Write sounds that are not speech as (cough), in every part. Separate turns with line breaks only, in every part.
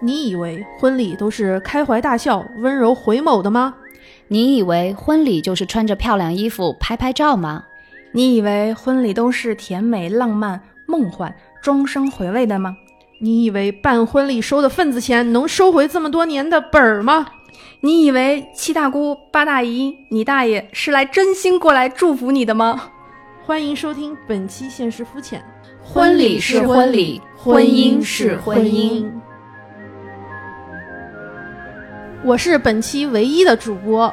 你以为婚礼都是开怀大笑、温柔回眸的吗？
你以为婚礼就是穿着漂亮衣服拍拍照吗？
你以为婚礼都是甜美、浪漫、梦幻、终生回味的吗？
你以为办婚礼收的份子钱能收回这么多年的本儿吗？
你以为七大姑八大姨、你大爷是来真心过来祝福你的吗？
欢迎收听本期《现实肤浅》，
婚礼是婚礼，婚姻是婚姻。
我是本期唯一的主播，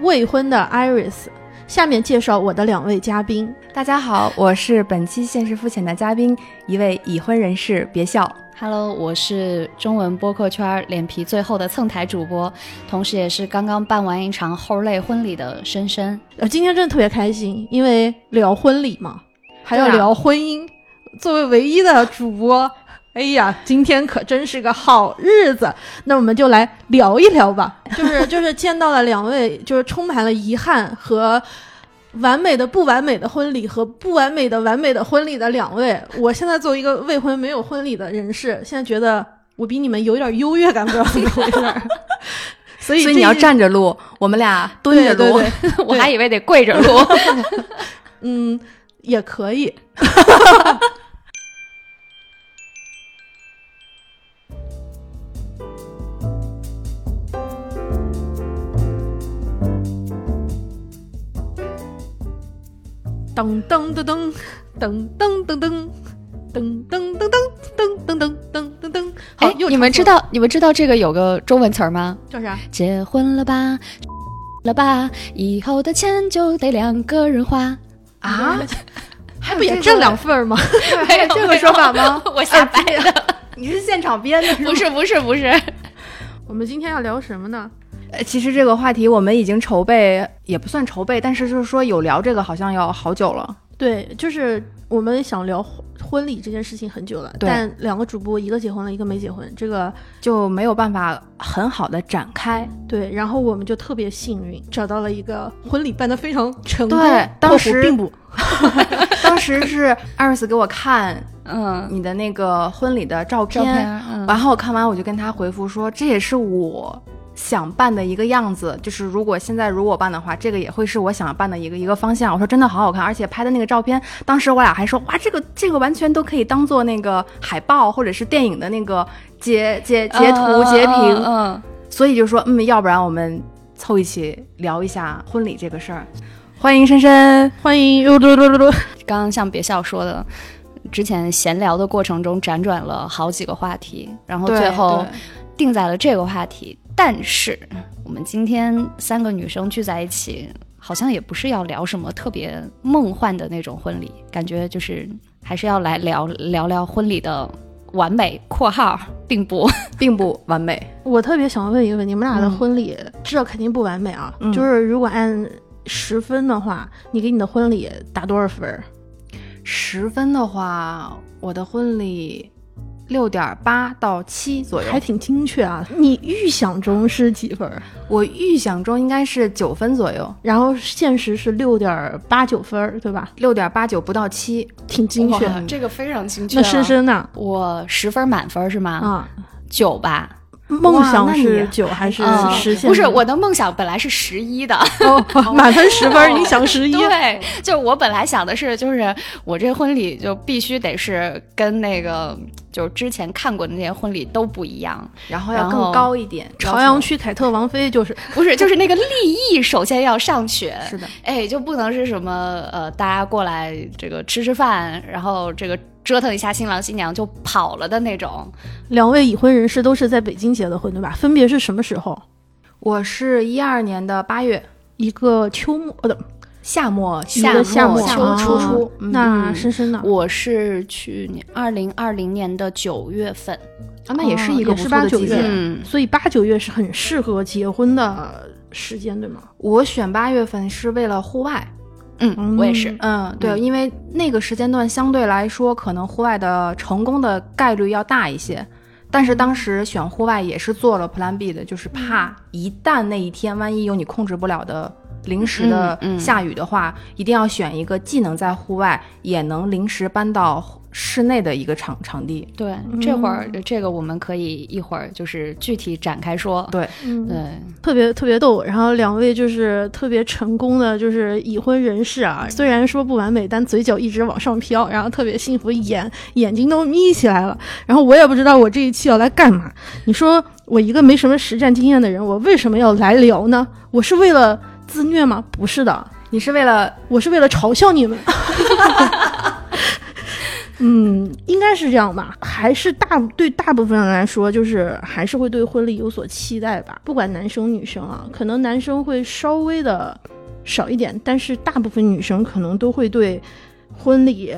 未婚的 Iris。下面介绍我的两位嘉宾。
大家好，我是本期《现实肤浅》的嘉宾，一位已婚人士。别笑。
Hello，我是中文播客圈脸皮最厚的蹭台主播，同时也是刚刚办完一场齁累婚礼的深深。
呃，今天真的特别开心，因为聊婚礼嘛，还要
对啊
聊婚姻。作为唯一的主播，哎呀，今天可真是个好日子。那我们就来聊一聊吧，就是就是见到了两位，就是充满了遗憾和。完美的不完美的婚礼和不完美的完美的婚礼的两位，我现在作为一个未婚没有婚礼的人士，现在觉得我比你们有点优越感，不知道怎么回事儿。 (laughs) 所以这
所以你要站着录，我们俩蹲着
对对
录。
对，
我还以为得跪着
(laughs)
录。
嗯，也可以。噔噔噔噔噔噔噔噔噔噔噔噔噔噔噔噔噔噔，好
哎，，
又
你们
唱
知
错了
道你们知道这个有个中文词儿吗？
叫啥？
结婚了吧，了吧，以后的钱就得两个人花。
啊， (laughs)
还哎不也挣两份儿吗？
还有
这个说法 (laughs) 吗？啊
我瞎掰的，
(laughs) 你是现场编的？
不是不是不是。
我们今天要聊什么呢？
呃其实这个话题我们已经筹备，也不算筹备，但是就是说有聊这个好像要好久了。
对，就是我们想聊婚婚礼这件事情很久了，
对
但两个主播一个结婚了，一个没结婚，这个
就没有办法很好的展开。 (laughs)
对。然后我们就特别幸运，找到了一个婚礼办得非常成功。
对当
括弧
时
并不
当时是艾瑞斯给我看
嗯，
你的那个婚礼的照
照
片，啊
片儿，嗯
然后我看完我就跟他回复说，这也是我想办的一个样子，就是如果现在如果办的话，这个也会是我想办的一个一个方向。我说真的好好看，而且拍的那个照片，当时我俩还说哇，这个这个完全都可以当做那个海报或者是电影的那个截截截图
嗯
截屏，
嗯嗯，
所以就说嗯，要不然我们凑一起聊一下婚礼这个事儿。欢迎深深，
欢迎呦噜噜噜噜。
嗯刚刚像别笑说的。之前闲聊的过程中辗转了好几个话题，然后最后定在了这个话题。但是我们今天三个女生聚在一起，好像也不是要聊什么特别梦幻的那种婚礼，感觉就是还是要来聊聊聊婚礼的完美
(laughs)
（括号并不
并不完美，
(laughs) 我特别想问一个问题，你们俩的
嗯
婚礼、这肯定不完美啊，
嗯
就是如果按十分的话，你给你的婚礼打多少分儿？
十分的话，我的婚礼六点八到七左右，
还挺精确啊。你预想中是几分儿？
我预想中应该是九分左右，
然后现实是六点八九分儿，对吧？
六点八九不到七。
挺精确。
(laughs)
啊
这个非常精
那
啊
深深呐
我十分满分是吗？
啊，
九、吧。
梦想
那
是
你
九还是
嗯
实现？
不是我的梦想本来是十一的，
哦， (laughs) 满分十分，你想
(laughs)
十一？
对，就我本来想的是，就是我这婚礼就必须得是跟那个就是之前看过的那些婚礼都不一样，
然后要
然后
更高一点。
哦朝阳区凯特王妃就是
不是，就是那个立意首先要上去，
是的，
哎，就不能是什么呃，大家过来这个吃吃饭，然后这个折腾一下新郎新娘就跑了的那种。
两位已婚人士都是在北京结的婚，对吧？分别是什么时候？
我是一二年的八月
一个秋末，呃，不
夏末
一
夏
个
末
夏末，
夏
末
啊
秋初嗯
那深深呢？
我是去年二零二零年的九月份，
啊，那也是一个
哦也
不
是
错
八
的
九
季
月
节。
嗯，
所以八九月是很适合结婚的时间，对吗？
我选八月份是为了户外，
嗯，我也是，
嗯，对，
嗯
因为那个时间段相对来说，可能户外的成功的概率要大一些。但是当时选
嗯
户外也是做了 Plan B 的，就是怕一旦那一天万一有你控制不了的临时的
嗯嗯
下雨的话，一定要选一个既能在户外，也能临时搬到室内的一个场场地。
对，这会儿这个我们可以一会儿就是具体展开说。
对，
嗯，
对，
特别特别逗。然后两位就是特别成功的，就是已婚人士啊，虽然说不完美，但嘴角一直往上飘，然后特别幸福，眼眼睛都眯起来了。然后我也不知道我这一期要来干嘛。你说我一个没什么实战经验的人，我为什么要来聊呢？我是为了自虐吗？不是的，
你是为了
我是为了嘲笑你们。嗯，应该是这样吧。还是大对大部分人来说，就是还是会对婚礼有所期待吧。不管男生女生啊，可能男生会稍微的少一点，但是大部分女生可能都会对婚礼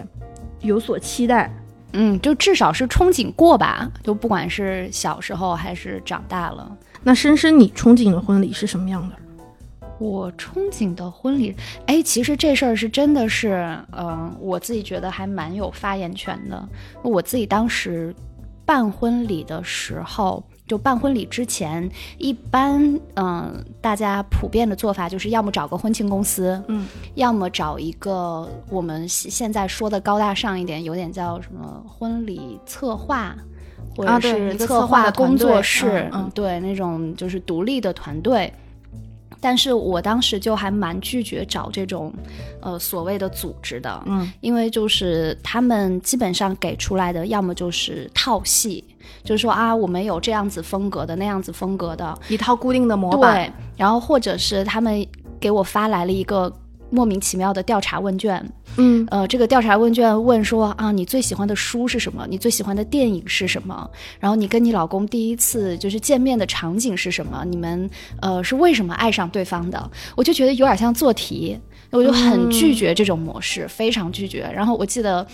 有所期待。
嗯，就至少是憧憬过吧，就不管是小时候还是长大了。
那深深，你憧憬的婚礼是什么样的？
我憧憬的婚礼，哎，其实这事儿是真的是，嗯、我自己觉得还蛮有发言权的。我自己当时办婚礼的时候，就办婚礼之前，一般嗯、大家普遍的做法就是要么找个婚庆公司，
嗯，
要么找一个我们现现在说的高大上一点，有点叫什么婚礼策划。或
啊
者
对
是
一
策
个策划
划
的团
工作
队
室，
嗯嗯
对那种就是独立的团队，但是我当时就还蛮拒绝找这种，呃，所谓的组织的，
嗯，
因为就是他们基本上给出来的，要么就是套系，就是说啊，我们有这样子风格的，那样子风格的，
一套固定的模板，
对，然后或者是他们给我发来了一个莫名其妙的调查问卷，
嗯，
呃，这个调查问卷问说啊，你最喜欢的书是什么？你最喜欢的电影是什么？然后你跟你老公第一次就是见面的场景是什么？你们呃是为什么爱上对方的？我就觉得有点像做题，我就很拒绝这种模式，非常拒绝。然后我记得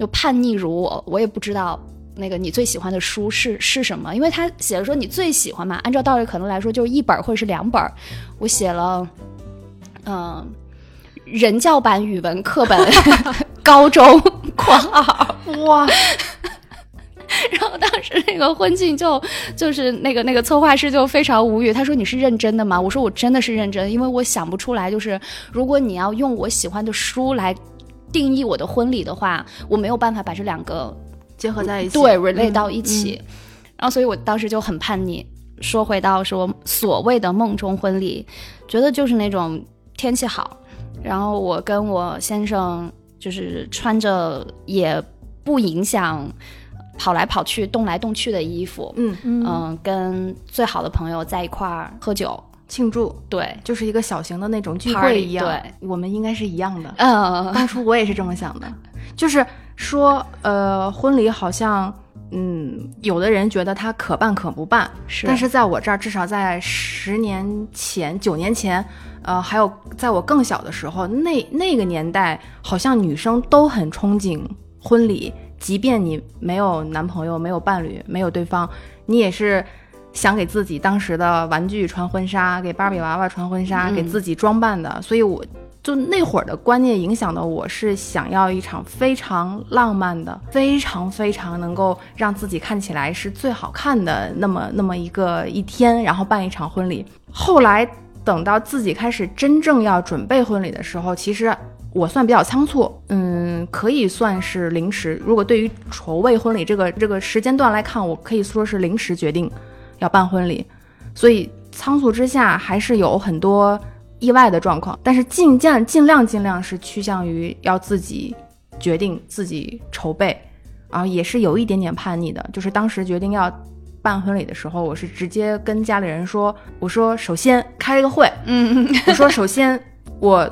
就叛逆如我，我也不知道。那个你最喜欢的书是是什么？因为他写的说你最喜欢嘛，按照道理可能来说就是一本儿或者是两本儿，我写了，嗯、人教版语文课本，高中 (laughs) （括号
哇，）。
然后当时那个婚庆就就是那个那个策划师就非常无语，他说：“你是认真的吗？”我说：“我真的是认真，因为我想不出来，就是如果你要用我喜欢的书来。”定义我的婚礼的话，我没有办法把这两个
结合在一起，
对 relate 到一起，然后所以我当时就很叛逆。说回到说所谓的梦中婚礼，觉得就是那种天气好，然后我跟我先生就是穿着也不影响跑来跑去、动来动去的衣服，
嗯，
嗯
嗯，跟最好的朋友在一块儿喝酒，
庆祝
对，
就是一个小型的那种聚
Party，
会一样，
对
我们应该是一样的。
(laughs) 呃，
当初我也是这么想的，就是说，呃，婚礼好像，嗯，有的人觉得它可办可不办，
是
但是在我这儿，至少在十年前、九年前，呃，还有在我更小的时候，那那个年代，好像女生都很憧憬婚礼，即便你没有男朋友、没有伴侣、没有对方，你也是。想给自己当时的玩具穿婚纱，给芭比娃娃穿婚纱，给自己装扮的，所以我就那会儿的观念影响的我是想要一场非常浪漫的、非常非常能够让自己看起来是最好看的那么那么一个一天，然后办一场婚礼。后来等到自己开始真正要准备婚礼的时候，其实。我算比较仓促，嗯，可以算是临时。如果对于筹备婚礼这个这个时间段来看，我可以说是临时决定要办婚礼，所以仓促之下还是有很多意外的状况，但是尽量尽量尽量是趋向于要自己决定、自己筹备，啊，也是有一点点叛逆的。就是当时决定要办婚礼的时候，我是直接跟家里人说，我说首先开了个会，
嗯，
(laughs) 我说首先我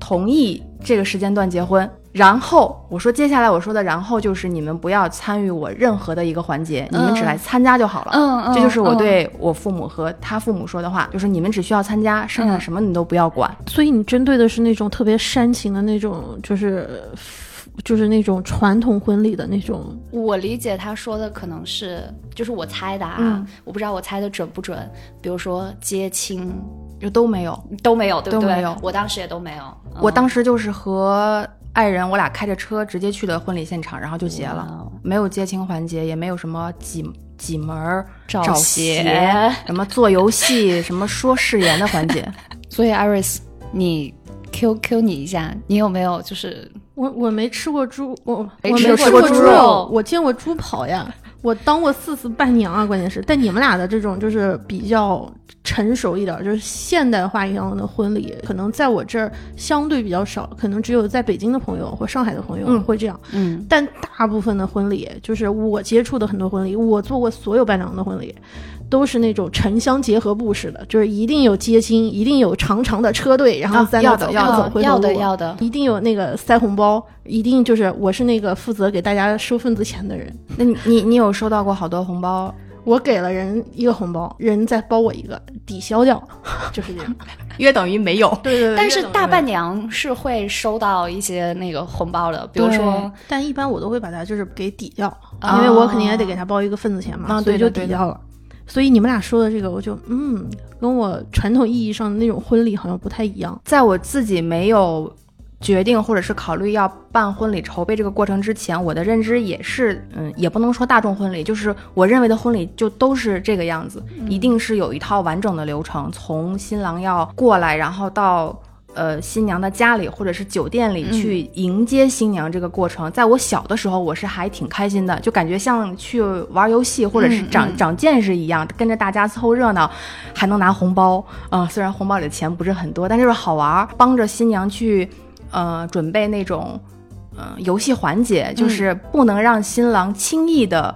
同意这个时间段结婚。然后我说，接下来我说的，然后就是你们不要参与我任何的一个环节，你们只来参加就好了。
嗯嗯
这就是我
嗯
对我父母和他父母说的话，就是你们只需要参加，剩
嗯
下什么你都不要管。
所以你针对的是那种特别煽情的那种，就是就是那种传统婚礼的那种
我理解他说的可能是，就是我猜的啊，
嗯
我不知道我猜的准不准。比如说接亲
就都没有。
都没有，对不
都
对？
没有
我当时也都没有。嗯
我当时就是和爱人，我俩开着车直接去的婚礼现场，然后就结
哇
了，
哦
没有接亲环节，也没有什么几几门儿
找
找
鞋 (laughs)
鞋什么做游戏、什么说誓言的环节。
所以 Iris，你 QQ 你一下，你有没有就是
我我没吃过猪，我
没
我
吃
没
过
过
猪
猪
肉
我见过猪跑呀，我当过四次伴娘啊，关键是。但你们俩的这种就是比较成熟一点，就是现代化一样的婚礼，可能在我这儿相对比较少，可能只有在北京的朋友或上海的朋友
嗯
会这样。
嗯
但大部分的婚礼，就是我接触的很多婚礼，我做过所有伴郎的婚礼，都是那种城乡结合部式的，就是一定有接亲，一定有长长的车队，然后
啊
在
要
那
的
走
要
走回头
要的
路
要的，
一定有那个塞红包，一定就是我是那个负责给大家收份子钱的人。
那你你你有收到过好多红包？
我给了人一个红包，人再包我一个，抵消掉，就是这样。
约等于没有。
对对对。
但是大伴娘是会收到一些那个红包的，比如
对
说
但一般我都会把它就是给抵掉，
啊
因为我肯定也得给他包一个份子钱嘛，
啊
所以
对的
就
对
抵
的
掉了。所以你们俩说的这个，我就嗯，跟我传统意义上的那种婚礼好像不太一样。
在我自己没有决定或者是考虑要办婚礼筹备这个过程之前，我的认知也是，嗯，也不能说大众婚礼，就是我认为的婚礼就都是这个样子，
嗯
一定是有一套完整的流程，从新郎要过来，然后到。呃，新娘的家里或者是酒店
嗯
里去迎接新娘这个过程，在我小的时候，我是还挺开心的，就感觉像去玩游戏或者是
嗯
长、
嗯
长见识一样，跟着大家凑热闹，还能拿红包啊、虽然红包里的钱不是很多，但就是好玩儿，帮着新娘去呃准备那种呃游戏环节，就是不能让新郎轻易的。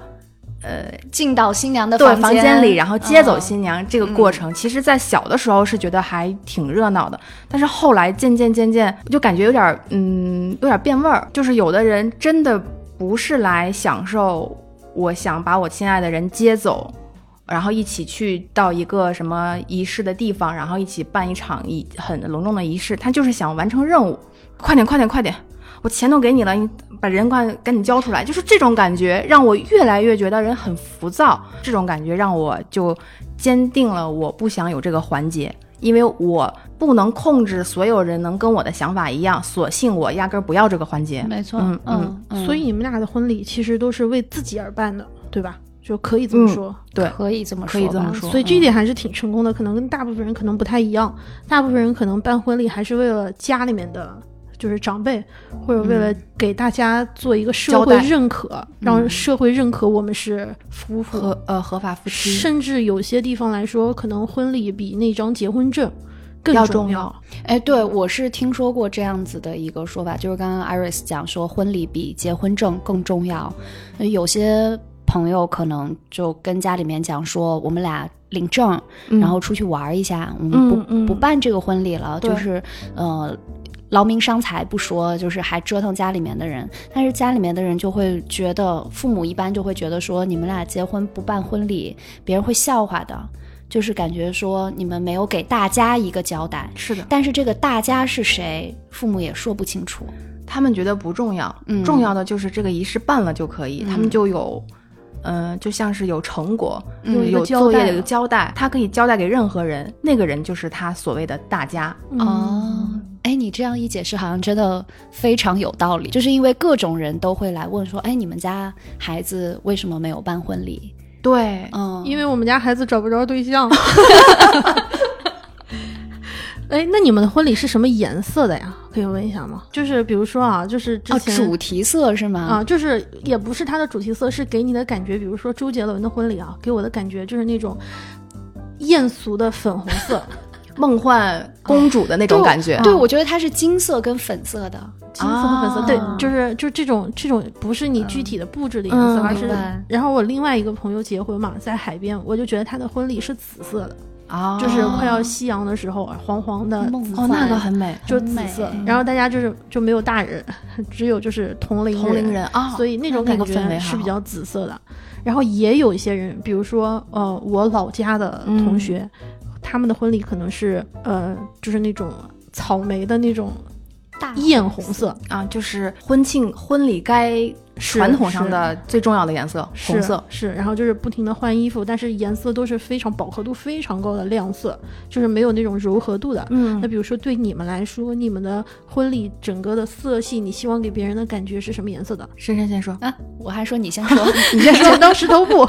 进到新娘的
对
房
间里，然后接走
嗯
新娘、这个过程，其实，在小的时候是觉得还挺热闹的，但是后来渐渐渐渐，我就感觉有点儿嗯，有点儿变味儿。就是有的人真的不是来享受，我想把我亲爱的人接走，然后一起去到一个什么仪式的地方，然后一起办一场仪很隆重的仪式，他就是想完成任务，快点，快点，快点。我钱都给你了，你把人快赶紧交出来，就是这种感觉，让我越来越觉得人很浮躁。这种感觉让我就坚定了我不想有这个环节，因为我不能控制所有人能跟我的想法一样，索性我压根儿不要这个环节。
没错，
嗯
嗯，嗯
所以你们俩的婚礼其实都是为自己而办的，对吧？就可以这么
嗯
说。
对
可以这么
可
说
以
吧，
这么
嗯
说
所以这一点还是挺成功的，可能跟大部分人可能不太一样。大部分人可能办婚礼还是为了家里面的就是长辈，或者为了给大家做一个社
嗯交
会
代嗯
认可，让社会认可我们是夫妇。
合呃合法夫妻
甚至有些地方来说，可能婚礼比那张结婚证更
要
重
重
要
要。
哎，对，我是听说过这样子的一个说法，就是刚刚 Iris 讲说婚礼比结婚证更重要。呃有些朋友可能就跟家里面讲说，我们俩领证，然后出去玩一下，我们不、
嗯嗯
不办这个婚礼了，
对
就是呃。劳民伤财不说，就是还折腾家里面的人，但是家里面的人就会觉得，父母一般就会觉得说，你们俩结婚不办婚礼，别人会笑话的，就是感觉说你们没有给大家一个交代。
嗯是的，
但是这个大家是谁，父母也说不清楚。
他们觉得不重要，
嗯
重要的就是这个仪式办了就可以，他们就有。嗯、就像是有成果，
嗯
嗯
有一个
有
交
作
代
业，有
了
个交代，他可以交代给任何人，那个人就是他所谓的大家。
嗯
哦，哎，你这样一解释，好像真的非常有道理。就是因为各种人都会来问说，哎，你们家孩子为什么没有办婚礼？
对，
嗯，
因为我们家孩子找不着对
(laughs)
象。哎，那你们的婚礼是什么颜色的呀？可以问一下吗？就是比如说啊，就是之
哦，
前、
主题色是吗？
啊，就是也不是它的主题色，是给你的感觉，比如说周杰伦的婚礼啊，给我的感觉就是那种艳俗的粉红色，
梦幻公主的那
对
种
我
感觉。
对，我觉得它是金色跟粉色的。
金色和粉色，
啊
对，就是就这种这种不是你具体的布置的颜色，
嗯
而是
明白。
然后我另外一个朋友结婚嘛，在海边，我就觉得他的婚礼是紫色的，
啊，
就是快要夕阳的时候，啊黄黄的。
梦
哦，
幻
那个很美，
就是
很
紫
美
色，然后大家就是就没有大人，只有就是同龄
同龄人啊，
所以那种
那
感
那个氛
觉
围
是
好
比较紫色的。然后也有一些人，比如说呃，我老家的
嗯
同学，他们的婚礼可能是呃，就是那种草莓的那种
大
哦
艳红色，
啊，就是婚庆婚礼该
是
传统上
是
的最重要的颜色，
是
红色。
是，然后就是不停的换衣服，但是颜色都是非常饱和度非常高的亮色，就是没有那种柔和度的。
嗯
那比如说对你们来说，你们的婚礼整个的色系，你希望给别人的感觉是什么颜色的？ (laughs)
深深先说，
啊，我还说你先说，
你先说，剪刀石头布。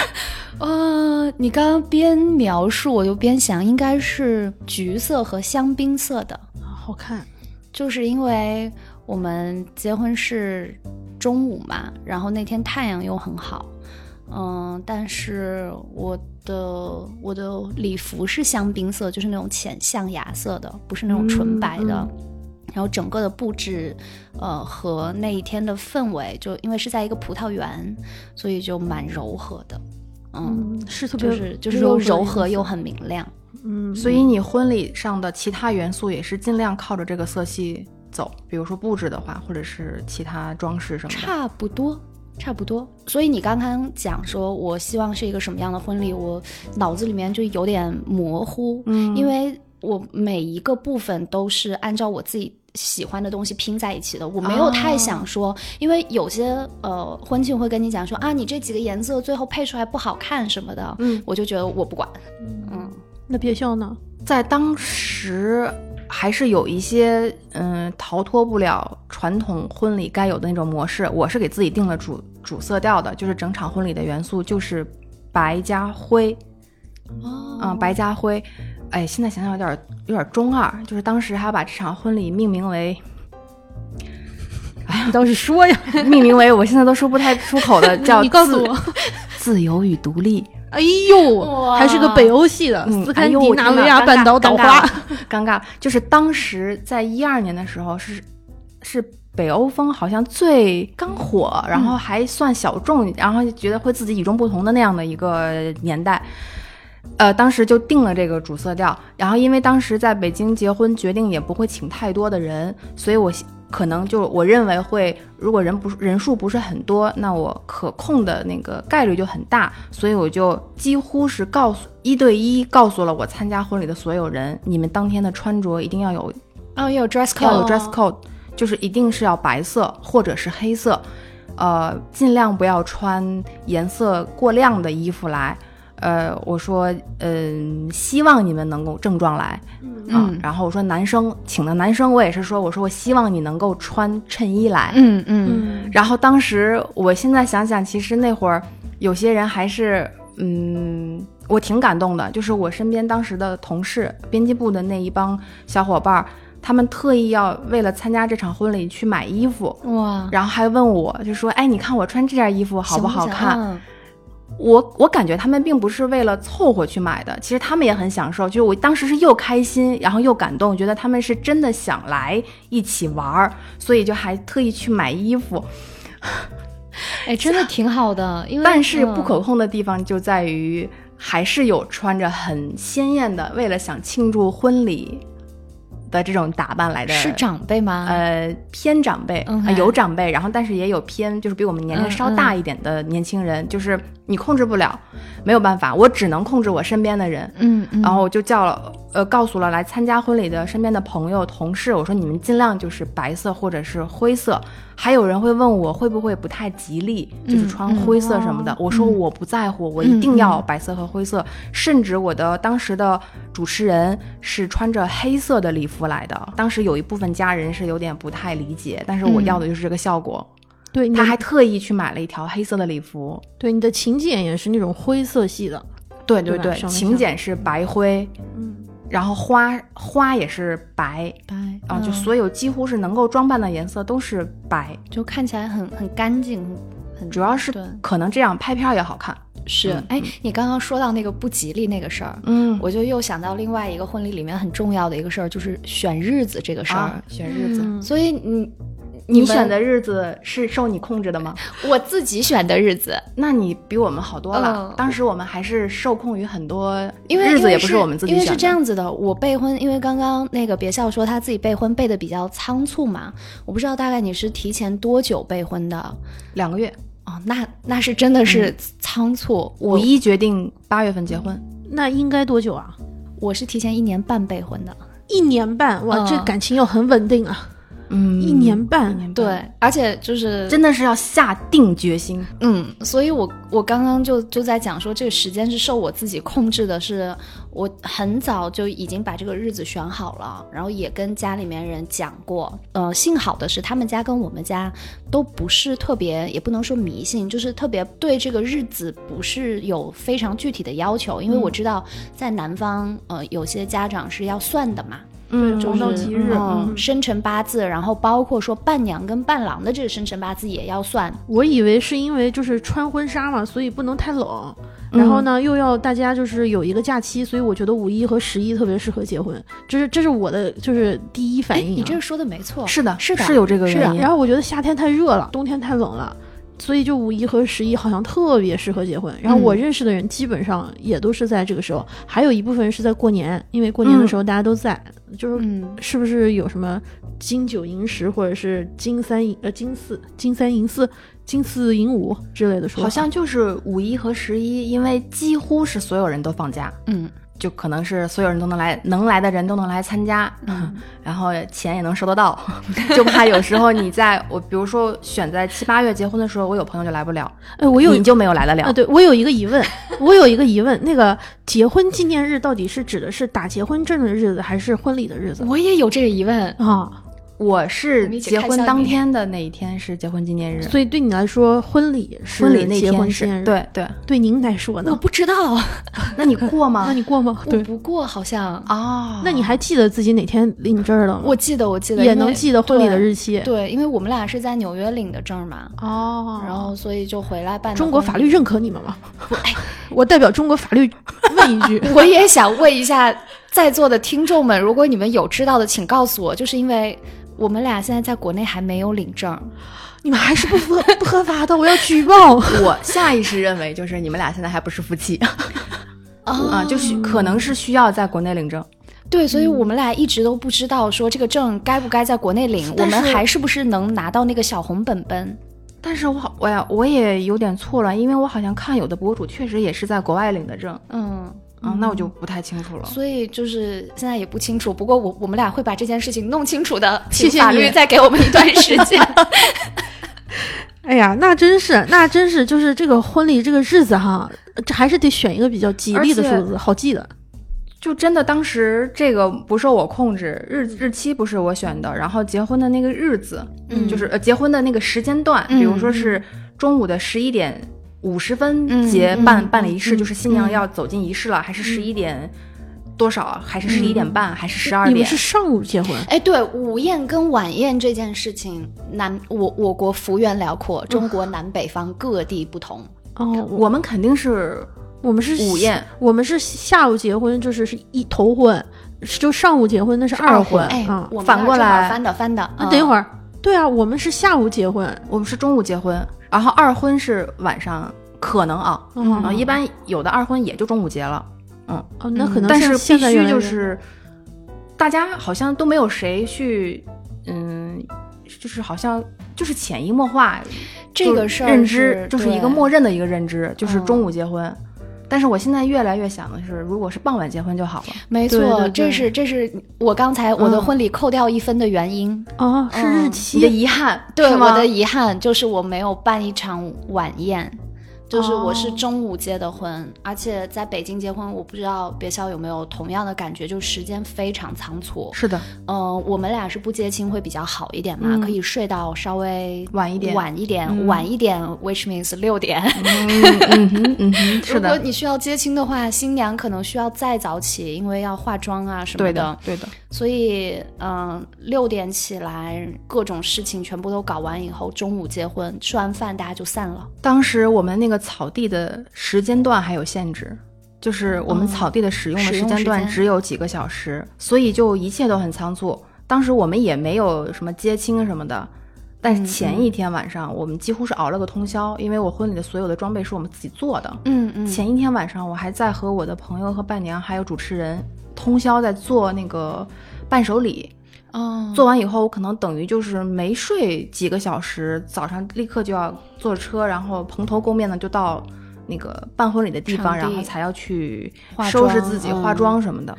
(laughs) 呃，你刚刚边描述我就边想，应该是橘色和香槟色的，
啊好看，
就是因为我们结婚是中午嘛，然后那天太阳又很好，嗯，但是我的我的礼服是香槟色，就是那种浅象牙色的，不是那种纯白的。
嗯
然后整个的布置，呃，和那一天的氛围，就因为是在一个葡萄园，所以就蛮柔和的，嗯，
嗯，是特别
就是就是又柔和又
的颜色
很明亮。
嗯，
所以你婚礼上的其他元素也是尽量靠着这个色系走，比如说布置的话，或者是其他装饰什么的。
差不多，差不多。所以你刚刚讲说，我希望是一个什么样的婚礼，我脑子里面就有点模糊，
嗯
因为我每一个部分都是按照我自己。喜欢的东西拼在一起的，我没有太想说，因为有些呃婚庆会跟你讲说啊，你这几个颜色最后配出来不好看什么的，
嗯，
我就觉得我不管，嗯，
那别笑呢，
在当时还是有一些嗯逃脱不了传统婚礼该有的那种模式。我是给自己定了主主色调的，就是整场婚礼的元素就是白加灰，
哦
嗯，白加灰。哎，现在想想有点有点中二，就是当时还把这场婚礼命名为
(laughs) 你倒是说呀，
(laughs) 命名为我现在都说不太出口的
(laughs)
叫
你告诉
自
我，
自由与独立。
哎呦，
哇
还是个北欧系的
嗯
斯堪
哎
的
呦
纳维亚半岛岛花，
尴尬，就是当时在一二年的时候是是北欧风好像最刚火，然后还算小众，然后就觉得会自己与众不同的那样的一个年代。呃，当时就定了这个主色调，然后因为当时在北京结婚，决定也不会请太多的人，所以我希可能就我认为会，如果人不是人数不是很多，那我可控的那个概率就很大，所以我就几乎是告诉一对一告诉了我参加婚礼的所有人，你们当天的穿着一定要有
哦，有 dress
要
code，
有 dress code，就是一定是要白色或者是黑色，呃，尽量不要穿颜色过亮的衣服来。呃，我说，嗯、希望你们能够正装来，啊
嗯
然后我说男生请的男生，我也是说，我说我希望你能够穿衬衣来，
嗯嗯，
嗯，
然后当时，我现在想想，其实那会儿有些人还是，嗯，我挺感动的。就是我身边当时的同事，编辑部的那一帮小伙伴儿，他们特意要为了参加这场婚礼去买衣服，
嗯哇，
然后还问我，就说：“哎，你看我穿这件衣服好不好
想
看？”
想？嗯
我我感觉他们并不是为了凑合去买的，其实他们也很享受。就是我当时是又开心，然后又感动，觉得他们是真的想来一起玩儿，所以就还特意去买衣服。
哎，真的挺好的，因为
但是不
嗯
可控的地方就在于，还是有穿着很鲜艳的，为了想庆祝婚礼的这种打扮来的。
是长辈吗？
呃，偏长辈、啊
OK
有长辈，然后但是也有偏，就是比我们年龄
嗯
稍大一点的年轻人，就是你控制不了，没有办法，我只能控制我身边的人。
嗯，嗯
然后我就叫了，呃，告诉了来参加婚礼的身边的朋友、同事，我说你们尽量就是白色或者是灰色。还有人会问我会不会不太吉利，就是
嗯
穿
嗯
灰色什么的。我说
嗯
我不在乎，我
嗯
一定要白色和灰色。甚至我的当时的主持人是穿着黑色的礼服来的，当时有一部分家人是有点不太理解，但是我
嗯
要的就是这个效果。
对，你的
他还特意去买了一条黑色的礼服。
对你的请柬也是那种灰色系的，
对
对
对
吧
对，
上面
请
像
柬是白灰，
嗯，
然后花花也是白
白
啊，就
嗯
所有几乎是能够装扮的颜色都是白，
就看起来很很干净，很
主要是
对
可能这样拍片儿也好看。
是
嗯
哎，你刚刚说到那个不吉利那个事儿。
嗯，
我就又想到另外一个婚礼里面很重要的一个事儿，就是选日子这个事儿。
啊，选日子，
嗯
所以你
你
们
选的日子是受你控制的吗？
我自己选的日子，
那你比我们好多了
嗯。
当时我们还是受控于很多，
因为
日
因为
子也不我们自己
因为是
选的。
这样子的，我备婚，因为刚刚那个别笑说他自己备婚备的比较仓促嘛，我不知道大概你是提前多久备婚的
两个月，
哦，那那是真的是仓促，
嗯五
我
一决定八月份结婚。
那应该多久啊？
我是提前一年半备婚的，
一年半，哇，
嗯
这感情要很稳定啊！
嗯，
一年半
一年半
对，而且就是
真的是要下定决心。
嗯，所以我我刚刚就就在讲说，这个时间是受我自己控制的是，我很早就已经把这个日子选好了，然后也跟家里面人讲过。呃，幸好的是他们家跟我们家都不是特别，也不能说迷信，就是特别对这个日子不是有非常具体的要求，因为我知道在南方，呃，有些家长是要算的嘛，
嗯
就
黄
是
道吉日
嗯
嗯
生辰八字，然后包括说伴娘跟伴郎的这个生辰八字也要算。
我以为是因为就是穿婚纱嘛，所以不能太冷。然后呢，又要大家就是有一个假期，所以我觉得五一和十一特别适合结婚，这是这是我的就是第一反
哎，
应、啊。
你这个说的没错，
嗯是的，
是的，
是有这个
是的
原因。
啊然后我觉得夏天太热了，冬天太冷了，所以就五一和十一好像特别适合结婚。然后我
嗯
认识的人基本上也都是在这个时候，还有一部分人是在过年，因为过年的
嗯
时候大家都在，就是
嗯，
是不是有什么金九银十或者是金三银呃金四金三银四金四银五之类的说法，
好像就是五一和十一，因为几乎是所有人都放假，
嗯，
就可能是所有人都能来，能来的人都能来参加，嗯、然后钱也能收得到， (laughs) 就怕有时候你在我，比如说选在七八月结婚的时候，我有朋友就来不了，
哎，我有
你就没有来得了。
啊，对我有一个疑问， (laughs) 我有一个疑问，那个结婚纪念日到底是指的是打结婚证的日子，还是婚礼的日子
我也有这个疑问。
啊？
我
我
是
们一起
结
看
婚
笑
当
你
天的那一天是结婚纪念日，
所以对你来说，婚礼是
婚礼那
结婚
天
纪念
是
日，
对哦对。
(laughs) 对您来说
我
呢？
不知道， (laughs)
那你过吗
(laughs) 那？你过
哦
吗？
我
对，
不过好像，
啊，
那你还记得自己哪天领证了吗？
我记得，我记得
也
因为
能记得婚礼的日期。
对，因为我们俩是在纽约领的证嘛，
哦
然后所以就回来办的
中国法
婚礼，
律认可你们吗？
哎
(laughs) 我代表中国法律问一
(laughs)
句
我也想问一下在座的听众们，如果你们有知道的，请告诉我，就是因为我们俩现在在国内还没有领证，
你们还是不合不合法的，我要举报。 (laughs)
我下意识认为就是你们俩现在还不是夫妻啊，
哦
啊
就是可能是需要在国内领证。
对，所以
嗯
我们俩一直都不知道说这个证该不该在国内领，我
但
们
是
还是不是能拿到那个小红本本？
但是我好，我呀，我也有点错了，因为我好像看有的博主确实也是在国外领的证，
嗯，
啊，那我就不太清楚了。
所以就是现在也不清楚，不过我我们俩会把这件事情弄清楚的，
谢谢
请法律
你
再给我们一段时
(laughs)
间。
哎呀，那真是，那真是，就是这个婚礼这个日子哈，这还是得选一个比较吉利的
而且
数字，好记的。
就真的当时这个不受我控制，日日期不是我选的，然后结婚的那个日子，
嗯
就是呃结婚的那个时间段，
嗯
比如说是中午的十一点五十分
嗯
结
嗯
办、
嗯
办理仪式，
嗯
就是新娘要走进仪式了，还是十一点多少，还是十
嗯
一点半，还是十二
你们
点？
是上午结婚，
哎，对，午宴跟晚宴这件事情，南我我国幅员辽阔，中
嗯
国南北方各地不同。
哦，我
我们肯定是
我们是
午宴，
我们是下午结婚，就是是一头婚，是就上午结婚那是二婚
哎，
啊。
我们
反过
俩正好
来
翻的翻的。嗯
那等一
儿，
会儿，对啊，我们是下午结婚，
我们是中午结婚，然后二婚是晚上，可能啊，
嗯
然后一般有的二婚也就中午结了，
哦，那可能
嗯但
现
是必
现在原
须
来
就
人
是大家好像都没有谁去，嗯，就是好像就是潜移默化
这
就
个事儿
认知
是
就是一个
对
默认的一个认知，就是
嗯
中午结婚。但是我现在越来越想的是，如果是傍晚结婚就好了。
没
对
错，
对对
这是这是我刚才我的
嗯
婚礼扣掉一分的原因。
哦，是日
嗯
你的
期
遗憾
对
是
我
吗
的遗憾就是我没有办一场晚宴，就是我是
哦
中午结的婚，而且在北京结婚，我不知道别校有没有同样的感觉，就时间非常仓促。
是的，
嗯、我们俩是不接亲会比较好一点嘛，
嗯
可以睡到稍微
晚一点
晚一点，
嗯
晚一点，which means 六点。
嗯嗯哼嗯哼，是
如
的
果，你需要接亲的话，新娘可能需要再早起，因为要化妆啊什么
对的对的。
所以，嗯，六点起来，各种事情全部都搞完以后，中午结婚，吃完饭大家就散了。
当时我们那个草地的时间段还有限制，就是我们草地的使用的时
哦
间
使用时
段
间
只有几个小时，所以就一切都很仓促。当时我们也没有什么接亲什么的，但
嗯
是前一天晚上我们几乎是熬了个通宵，因为我婚礼的所有的装备是我们自己做的。
嗯嗯
前一天晚上我还在和我的朋友和伴娘还有主持人通宵在做那个伴手礼，
哦，
做完以后，我可能等于就是没睡几个小时，早上立刻就要坐车，然后蓬头垢面的就到那个办婚礼的地方，
场地
然后才要去
化
收拾
妆
自己、
嗯
化妆什么的。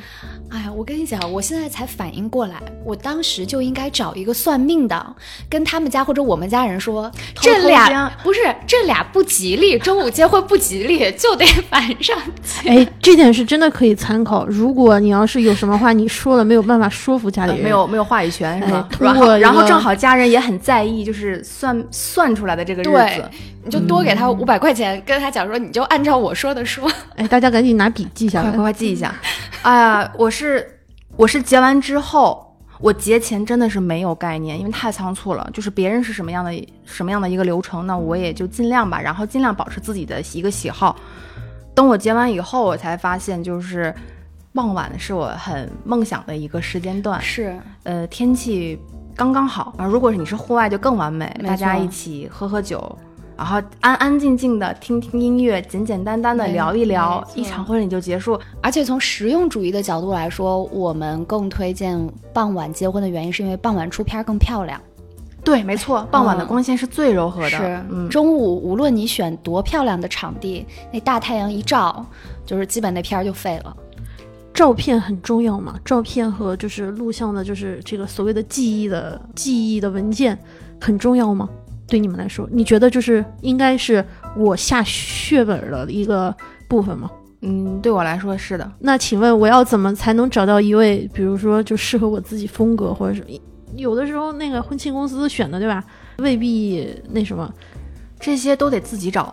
哎呀，我跟你讲，我现在才反应过来，我当时就应该找一个算命的，跟他们家或者我们家人说，
偷
这
偷
俩
家
不是这俩不吉利，周五结婚不吉利，就得 (laughs) 晚上
(laughs)
结。
哎，这点是真的可以参考。如果你要是有什么话你说了没有办法说服家里
呃
人，
没有没有话语权是吗？
哎
然
通过
后
一
然后
个
正好家人也很在意，就是算算出来的这个日
对
子。，
你就多给他五百块钱，跟他讲说，你就按照我说的说。
哎，大家赶紧拿笔记下
快
来
快。快记一下！哎呀，我是我是结完之后，我结前真的是没有概念，因为太仓促了。就是别人是什么样的什么样的一个流程，那我也就尽量吧，然后尽量保持自己的一个喜好。等我结完以后，我才发现就是。傍晚是我很梦想的一个时间段，
是，
呃，天气刚刚好啊。如果你是户外，就更完美，
没错
大家一起喝喝酒，然后安安静静的听听音乐，简简单单的
没
聊一聊
没，错
一场婚礼就结束。
而且从实用主义的角度来说，我们更推荐傍晚结婚的原因，是因为傍晚出片儿更漂亮。
对，没错，傍晚的
嗯
光线是最柔和的。
是，
嗯，
中午无论你选多漂亮的场地，那大太阳一照，就是基本那片儿就废了。
照片很重要嘛，照片和就是录像的，就是这个所谓的记忆的记忆的文件很重要吗？对你们来说，你觉得就是应该是我下血本儿的一个部分吗？
嗯，对我来说是的。
那请问我要怎么才能找到一位，比如说就适合我自己风格，或者是有的时候那个婚庆公司选的对吧，未必那什么，
这些都得自己找，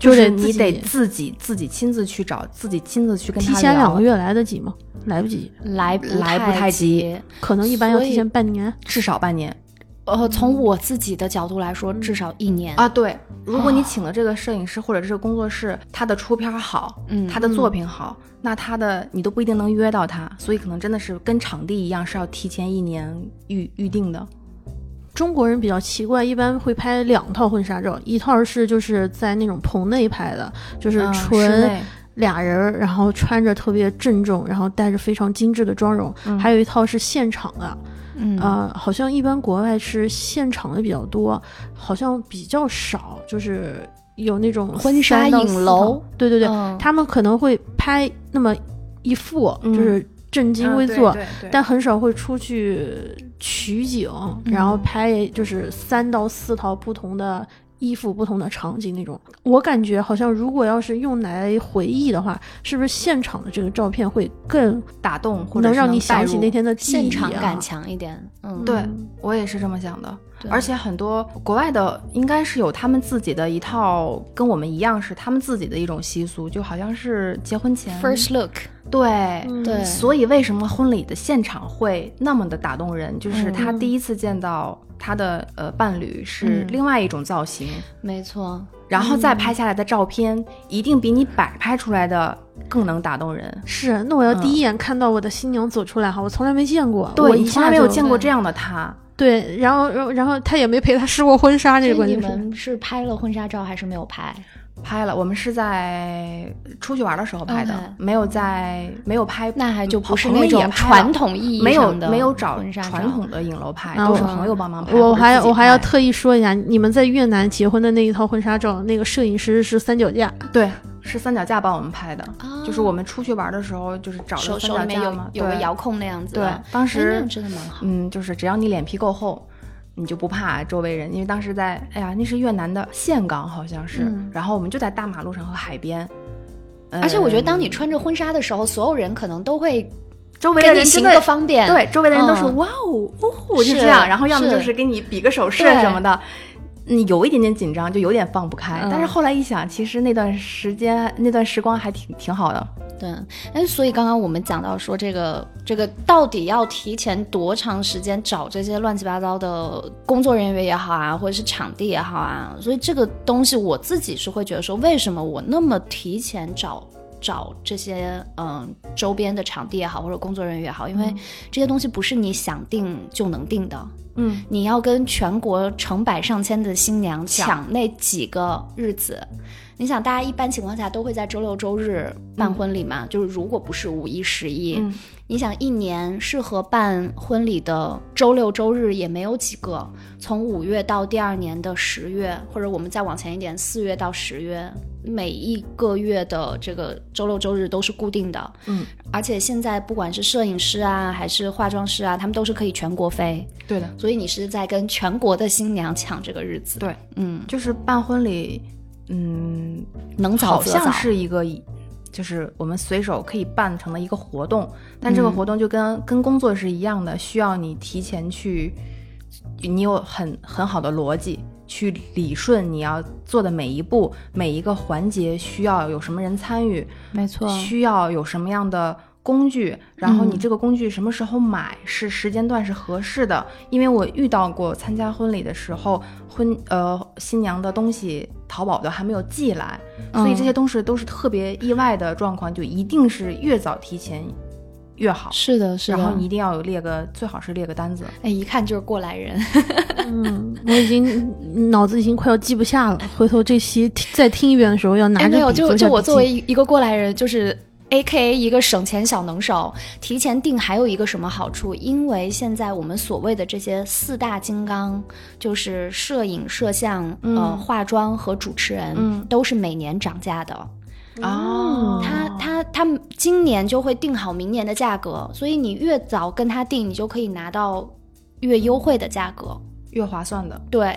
就
就是
得
你
自己
得自己自己亲自去找，自己亲自去跟他
提
聊。
前两个月来得及吗？来不及，
来不
嗯来不太及
及。
可能一般要
所以
提前半年。
至少半年
呃，从我自己的角度来说，至少一年。
嗯啊。对，如果你请了这个摄影师或者这个工作室，他的出片儿好，
嗯
他的作品好，那他的你都不一定能约到他，所以可能真的是跟场地一样，是要提前一年预预定的。
中国人比较奇怪，一般会拍两套婚纱照，一套是就是在那种棚内拍的，就是
嗯室
纯
内
俩人儿，然后穿着特别郑重，然后带着非常精致的妆容；
嗯
还有一套是现场的，
嗯
啊
呃，好像一般国外是现场的比较多，好像比较少，就是有那种
婚纱
三到
影
四
楼
套，对对对，
嗯
他们可能会拍那么一副，
嗯
就是正襟
嗯
危
对
坐，
对对
但很少会出去取景，然
嗯
后拍就是三到四套不同的衣服、不同的场景那种。我感觉好像如果要是用来回忆的话，是不是现场的这个照片会更
打动或者
能
是
让你
带
想起
入
那天的记忆、啊？
现场感强一点。嗯，
对我也是这么想的，
对
而且很多国外的应该是有他们自己的一套，跟我们一样是他们自己的一种习俗，就好像是结婚前
，first look，
对。
嗯
对，
所以为什么婚礼的现场会那么的打动人？就是他
嗯
第一次见到他的呃伴侣是
嗯
另外一种造型，
没错。
然后再拍下来的照片一定比你摆拍出来的更能打动人。
是。那我要第一眼看到我的新娘走出来哈，我从来没见过，我
嗯对，
一
你
下
从来没有
就
见过这样的他。
对，然后然后然后他也没陪她试过婚纱，这个
所
关
以你
键是。
们是拍了婚纱照还是没有拍？
嗯拍了，我们是在出去玩的时候拍的
OK
没有在没有拍，
那还就不是
朋友
那
也
种
拍了
传统意义
没有
上的
没有找
婚纱照
传统的影楼拍，
啊
都是
我
朋友帮忙拍。
我
或者
还
自己
我还要
拍
特意说一下，你们在越南结婚的那一套婚纱照，那个摄影师是三脚架，
对，是三脚架帮我们拍的，
啊
就是我们出去玩的时候，就是找
手
了三
手
脚
里面
架
有
嘛，
有个
对
遥控那样子的。
对当时
哎那样真的蛮好。
嗯，就是只要你脸皮够厚，你就不怕周围人。因为当时在，哎呀，那是越南的岘港，好像是、
嗯
然后我们就在大马路上和海边。
而且我觉得，当你
嗯
穿着婚纱的时候，所有人可能都会
周围
给
的
你
人
行
真
个
的
方便，
对，周围的人都是、
嗯
哇哦，哦，就是这样，然后要么就是是给你比个手势
对
什么的。嗯，有一点点紧张，就有点放不开。
嗯
但是后来一想，其实那段时间、那段时光还挺挺好的。
对，哎，所以刚刚我们讲到说，这个这个到底要提前多长时间找这些乱七八糟的工作人员也好啊，或者是场地也好啊，所以这个东西我自己是会觉得说，为什么我那么提前找？找这些嗯
嗯
周边的场地也好，或者工作人员也好，因为这些东西不是你想定就能定的，
嗯，
你要跟全国成百上千的新娘
抢
抢那几个日子。你想，大家一般情况下都会在周六周日办婚礼嘛？就是如果不是五一、十一，
嗯
你想一年适合办婚礼的周六周日也没有几个。从五月到第二年的十月，或者我们再往前一点，四月到十月，每一个月的这个周六周日都是固定的。
嗯，
而且现在不管是摄影师啊，还是化妆师啊，他们都是可以全国飞，
对的，
所以你是在跟全国的新娘抢这个日子。
对，
嗯，
就是办婚礼，嗯，
能早
好
则早
像。是一个，就是我们随手可以办成的一个活动，但这个
嗯
活动就跟、跟工作是一样的，需要你提前去，你有很很好的逻辑去理顺你要做的每一步、每一个环节需要有什么人参与，
没错
需要有什么样的工具，然后你
嗯
这个工具什么时候买是时间段是合适的。因为我遇到过参加婚礼的时候，婚呃新娘的东西淘宝的还没有寄来，所以
嗯
这些东西都是特别意外的状况，就一定是越早提前越好。
是的，是的。
然后你一定要有列个，最好是列个单子。
哎，一看就是过来人。
嗯，我已经脑子已经快要记不下了，回头这期听再听一遍的时候要拿
哎，
着笔
没有，就
做下
就我
笔
作为
记
一一个过来人，就是。A K A 一个省钱小能手，提前定还有一个什么好处？因为现在我们所谓的这些四大金刚，就是摄影、摄像、呃
嗯
化妆和主持人，
嗯
都是每年涨价的。
哦
嗯他他他们今年就会定好明年的价格，所以你越早跟他定，你就可以拿到越优惠的价格。
越划算的
对，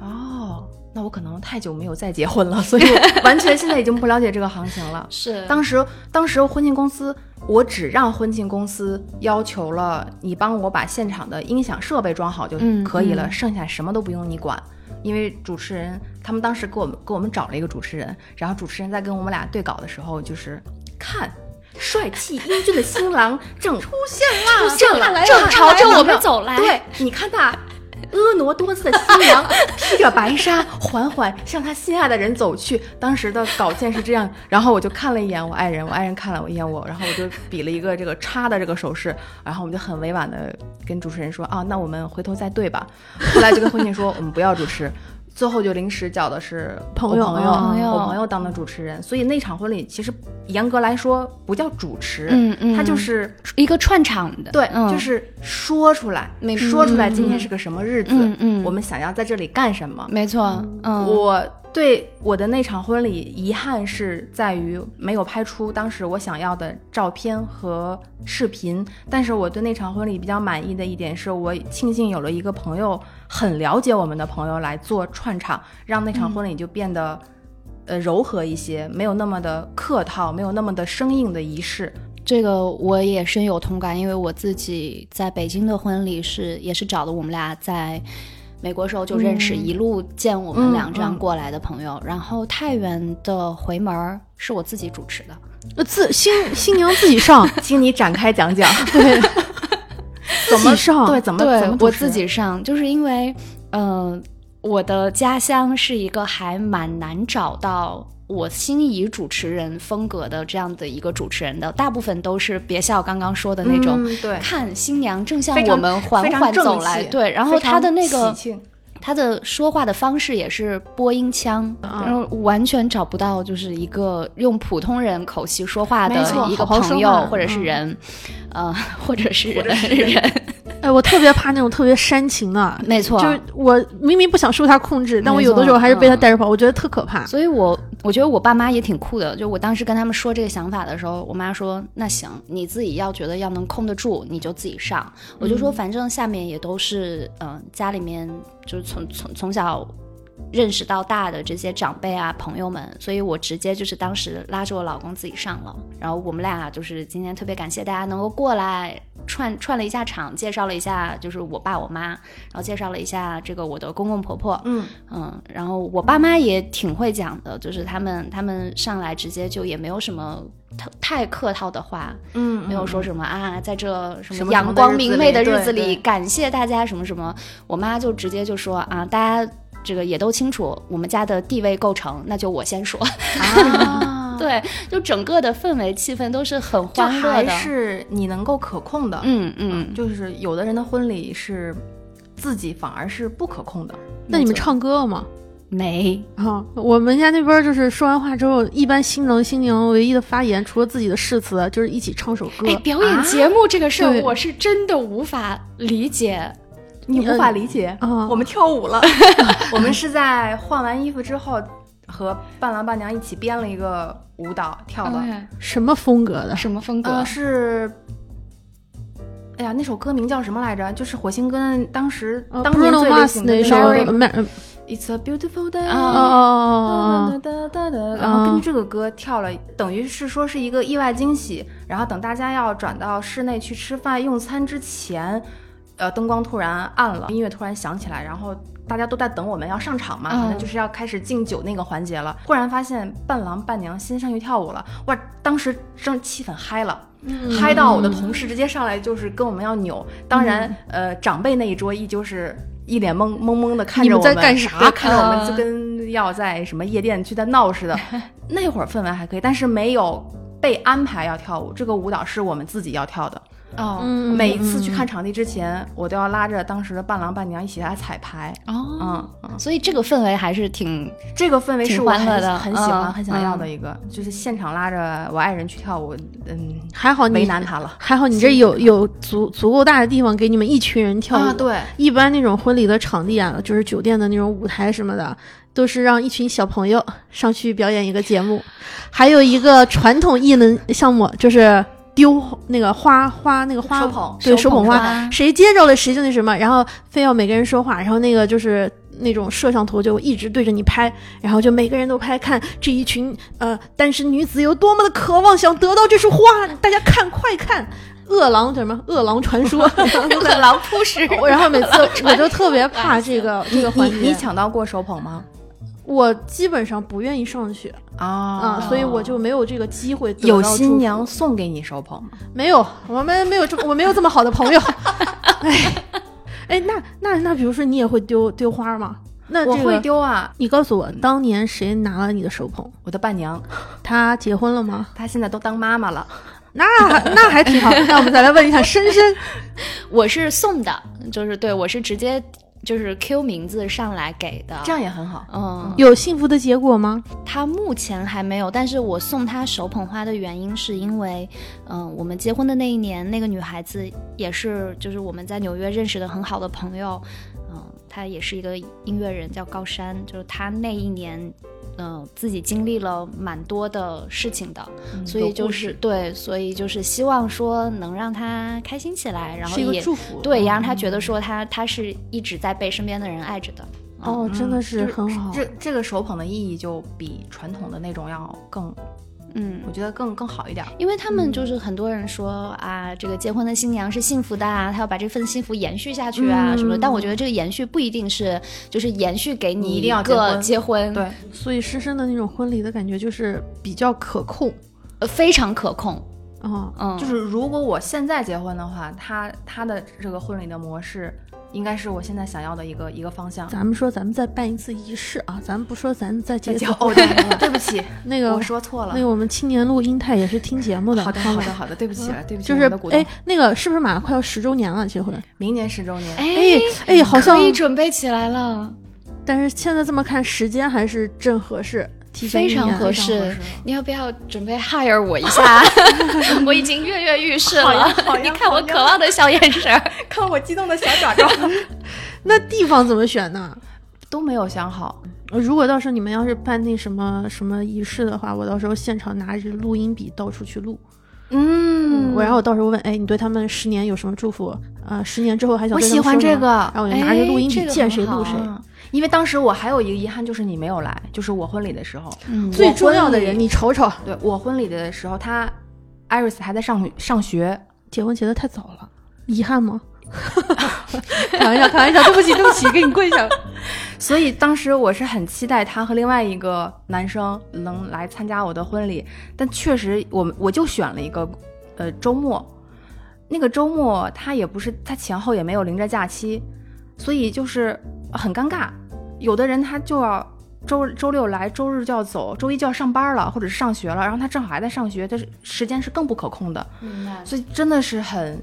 哦。那我可能太久没有再结婚了，所以我完全现在已经不了解这个行情了。
是
当时，当时婚庆公司，我只让婚庆公司要求了你帮我把现场的音响设备装好就
嗯
可以了，
嗯
剩下什么都不用你管。因为主持人他们当时给我们给我们找了一个主持人，然后主持人在跟我们俩对稿的时候，就是看帅气英俊的新郎正出现啦，出现了，
正朝着我们
走。
走来。
对，哎你看他婀娜多姿的新 (laughs) 娘，披着白纱，缓缓向他心爱的人走去。当时的稿件是这样， (laughs) 然后我就看了一眼我爱人，我爱人看了我一眼我，然后我就比了一个这个叉的这个手势，然后我们就很委婉的跟主持人说啊，那我们回头再对吧。后来就跟婚庆说，我们不要主持。最后就临时找的是
朋
我
友
朋友，
朋友
我朋友当的主持人，所以那场婚礼其实严格来说不叫主持，
嗯嗯
他就是
一个串场的，
对，
嗯、
就是说出来，
明
说出来
嗯
今天是个什么日子，
嗯嗯
我们想要在这里干什么。
没错，嗯，
我对我的那场婚礼遗憾是在于没有拍出当时我想要的照片和视频，但是我对那场婚礼比较满意的一点是我庆幸有了一个朋友很了解我们的朋友来做串场，让那
嗯
场婚礼就变得、呃柔和一些，没有那么的客套，没有那么的生硬的仪式。
这个我也深有同感，因为我自己在北京的婚礼是也是找的我们俩在美国时候就认识，
嗯
一路见我们两这样
嗯嗯
过来的朋友。然后太原的回门儿是我自己主持的，
呃自新新娘自己上， (laughs)
(laughs) 请你展开讲讲。对， (laughs) 怎
自己
么
上
对，怎么
对
怎么主啊
我
持
自己上，就是因为呃，我的家乡是一个还蛮难找到。我心仪主持人风格的这样的一个主持人的，大部分都是别笑刚刚说的那种，
嗯对
看新娘正向
非
我
常
们缓
非常
缓
正
走来，
气
对，然后
非
他
常
的那个
喜庆
他的说话的方式也是播音腔，
嗯
然后完全找不到就是一个用普通人口气说话的
没错
一个
好好
朋
说
友
话
或者是
嗯
人，呃，或者是人人，
哎，我特别怕那种特别煽情的，
(laughs) 没错，
就是我明明不想受他控制，但我
没
有的
错
时候还是被他
嗯
带着跑，我觉得特可怕。
所以我我觉得我爸妈也挺酷的。就我当时跟他们说这个想法的时候，我妈说：“那行，你自己要觉得要能控得住，你就自己上。”我就说：“反正下面也都是嗯、呃家里面就是从从从小。”认识到大的这些长辈啊朋友们，所以我直接就是当时拉着我老公自己上了，然后我们俩就是今天特别感谢大家能够过来串串了一下场，介绍了一下就是我爸我妈，然后介绍了一下这个我的公公婆婆，
嗯，
嗯，然后我爸妈也挺会讲的，就是他们他们上来直接就也没有什么特太客套的话，
嗯，
没有说什么啊，在这什
什
么
么
阳光明媚的
什么
日
的
子
日子里
里，
对对
感谢大家什么什么。我妈就直接就说啊，大家这个也都清楚我们家的地位构成，那就我先说。，
啊
(laughs) 对，就整个的氛围气氛都是很
就
欢乐
还
的。
是你能够可控的。
嗯嗯，
就是有的人的婚礼是。自己反而是不可控的。
那你们唱歌吗？
没，
啊，我们家那边就是说完话之后，一般新郎新娘唯一的发言，除了自己的誓词，就是一起唱首歌。
哎，表演节目这个事
对
儿，我是真的无法理解。
你
呃
无法理解，
哦
啊
我们跳舞
(laughs)
了，我们是在换完衣服之后和伴郎伴娘一起编了一个舞蹈跳的，
什么风格的？
哎什么风格
呃？是。哎呀，那首歌名叫什么来着？就是火星哥当时
啊
当年
Bruno
最流
Mars
行的
那首
《
《Mar-
It's a Beautiful Day》
啊
哦哦哦哦
哒哒哒哒，然后根据这个歌跳了，等于是说是一个意外惊喜。然后等大家要转到室内去吃饭用餐之前，呃，灯光突然暗了，音乐突然响起来，然后大家都在等我们要上场嘛，
嗯
那就是要开始敬酒那个环节了。忽然发现伴郎伴娘先上去跳舞了，哇，当时正气氛嗨了。嗯嗨到我的同事直接上来就是跟我们要扭，当然，呃，长辈那一桌依旧是一脸懵懵懵的看
你
着
们
我们，
在干啥
对看着我们
啊
就跟要在什么夜店去在闹似的。那会儿氛围还可以，但是没有被安排要跳舞，这个舞蹈是我们自己要跳的。
哦、
嗯
每一次去看场地之前，我都要拉着当时的伴郎伴娘一起来彩排。
哦，
嗯，嗯
所以这个氛围还是
(laughs)
挺
这个氛围是我
挺欢乐
很
的
很喜欢、
嗯
很想要的一个，就是现场拉着我爱人去跳舞，嗯，
还好
为
哦你
难他了。
还好你这有有足足够大的地方给你们一群人跳舞。
啊，对，
一般那种婚礼的场地啊，就是酒店的那种舞台什么的，都是让一群小朋友上去表演一个节目。还有一个传统艺能项目就是丢那个花花那个花
手捧
对
手
手捧
捧
花，
花
谁接着了谁就那什么，然后非要每个人说话，然后那个就是。那种摄像头就一直对着你拍，然后就每个人都拍，看这一群呃单身女子有多么的渴望想得到这束花，大家看快看，饿狼叫什么？饿狼传说， (laughs)
饿狼扑食
我然后
(laughs)
每
(laughs)
次我就特别怕这个这个环
你
节
你，抢到过手捧吗？
我基本上不愿意上去啊，所以我就没有这个机会得到
哦嗯有
祝
新
福
娘送给你手捧吗？
没有，我们没有这么我没有这么好的朋
(laughs)
友。哎哎，那那那，比如说你也会丢丢花吗？那
我
这
会
个，
丢啊，
你告诉我，当年谁拿了你的手捧？
我的伴娘，
她结婚了
(laughs)
吗？
她现在都当妈妈了。
那那还挺好。那我们再来问一下深
(laughs)
深，
我是送的，就是对我是直接就是 Q 名字上来给的，
这样也很好。
嗯，
有幸福的结果吗？
他目前还没有，但是我送他手捧花的原因是因为，嗯、我们结婚的那一年，那个女孩子也是，就是我们在纽约认识的很好的朋友，嗯、她也是一个音乐人，叫高山，就是她那一年，嗯、自己经历了蛮多的事情的，
嗯
嗯
所以就是对，所以就是希望说能让她开心起来，然后
是一个
也
祝福。
对，也让她觉得说她她是一直在被身边的人爱着的，
哦，真的是很好。
嗯这这个手捧的意义就比传统的那种要更，
嗯。
我觉得更更好一点。
因为他们就是很多人说、啊，这个结婚的新娘是幸福的啊，她要把这份幸福延续下去啊、
嗯
什么的。但我觉得这个延续不一定是就是延续给
你
你
一定要结
个
婚
结婚，
嗯
对，
所以深深的那种婚礼的感觉就是比较可控
呃非常可控。
啊。
嗯，
就是如果我现在结婚的话，他他的这个婚礼的模式应该是我现在想要的一个一个
(laughs)
方向。
咱们说，咱们再办一次仪式啊，咱们不说，咱们再结
结
(laughs) 婚
哦，对，对不起，
那个
我说错了
那。个我们青年录音泰也是听节目的，
好的，
他
好
们
的，好的，对不起了，对不起，
就
我
是
们的股东
哎，那个是不是马上快要十周年了？结婚？
明年十周年，
哎
哎
哎，好像
可，以准备起来了，
但是现在这么看，时间还是正合适，提前
非常
一年
合
非常合
适
适。
你要不要准备 hire 我一 (laughs) 下？我已经跃跃欲试了， (laughs) 你看我渴望的小眼神儿。
看我激动的小爪爪，
那地方怎么选呢？
(laughs) 都没有想好。
如果到时候你们要是办那什么什么仪式的话，我到时候现场拿着录音笔到处去录，
嗯
我然后我到时候问，哎，你对他们十年有什么祝福？啊，十年之后还想
我
对他
喜
们
欢
说什
这
么
个
然后我就拿着录
哎
音笔
这个
见
很
谁录
好
谁。
嗯，因为当时我还有一个遗憾，就是你没有来，就是我婚礼的时候。
嗯
最
我
重要的
婚礼
人，你瞅瞅，
对我婚礼的时候，他 Iris 还在上上学，
结婚结得太早了，遗憾
(laughs)
吗？开玩笑，开玩笑，对不起，对不起，给你跪下了。
(laughs) 所以当时我是很期待他和另外一个男生能来参加我的婚礼，但确实我们我就选了一个呃周末，那个周末他也不是他前后也没有临着假期，所以就是很尴尬。有的人他就要周周六来，周日就要走，周一就要上班了，或者是上学了，然后他正好还在上学，他是时间是更不可控的，
明白。
所以真的是很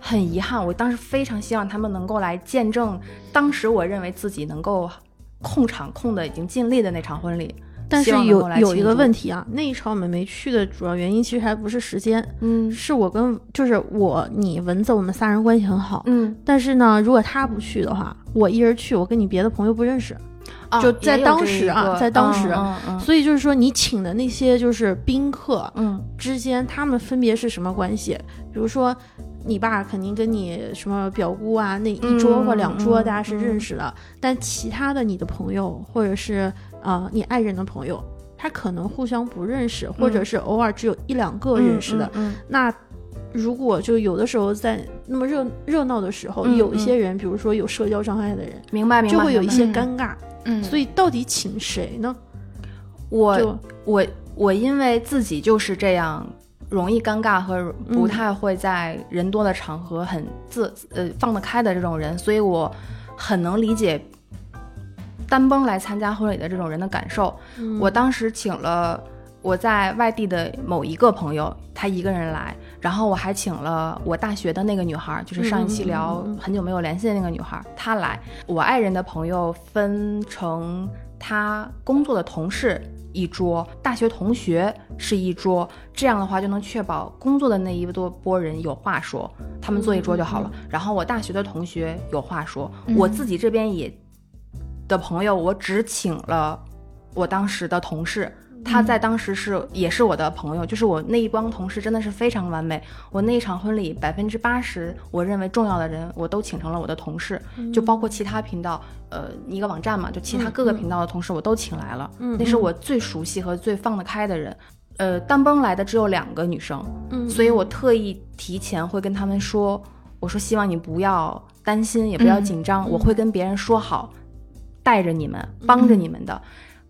很遗憾，我当时非常希望他们能够来见证，当时我认为自己能够控场控的已经尽力的那场婚礼。
但是
希望能
有
够来
有一
庆
个
祝
问题啊，那一场我们没去的主要原因其实还不是时间，
嗯
是我跟就是我你蚊子我们仨人关系很好。
嗯，
但是呢，如果他不去的话，我一人去，我跟你别的朋友不认识，
啊
就在
也有
当
这
时
一
啊
个
在当时
嗯嗯嗯
所以就是说你请的那些就是宾客
嗯
之间，他们分别是什么关系？比如说你爸肯定跟你什么表姑啊那一桌
嗯
或两桌
嗯
大家是认识的，但其他的你的朋友或者是呃你爱人的朋友，他可能互相不认识，或者是偶尔只有一两个认识的，
嗯
那如果就有的时候在那么热热闹的时候，
嗯
有一些人，比如说有社交障碍的人，
明白明白，
就会有一些
明白
尴尬。
嗯，
所以到底请谁呢？
我
就
我我因为自己就是这样。容易尴尬和不
嗯
太会在人多的场合很自、呃放得开的这种人，所以我很能理解单崩来参加婚礼的这种人的感受。
嗯
我当时请了我在外地的某一个朋友，他一个人来，然后我还请了我大学的那个女孩儿，就是上一
嗯嗯
期
嗯
聊
嗯嗯
很久没有联系的那个女孩儿，她来。我爱人的朋友分成他工作的同事。一桌，大学同学是一桌，这样的话就能确保工作的那一多波人有话说，他们坐一桌就好了。然后我大学的同学有话说，
嗯
我自己这边也的朋友，我只请了我当时的同事，他
嗯
在当时是也是我的朋友，就是我那一帮同事真的是非常完美。我那一场婚礼百分之八十，我认为重要的人我都请成了我的同事，就包括其他频道，呃，一个网站嘛，就其他
嗯
各个
嗯
频道的同事我都请来了，
嗯
那是我最熟悉和最放得开的人。呃，单崩来的只有两个女生，
嗯
所以我特意提前会跟他们说，我说希望你不要担心，也不要紧张，我会跟别人说好，带着你们，帮着你们的。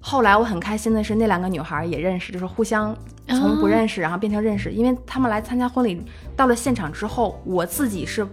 后来我很开心的是，那两个女孩也认识，就是互相从不认识、然后变成认识，因为他们来参加婚礼，到了现场之后，我自己是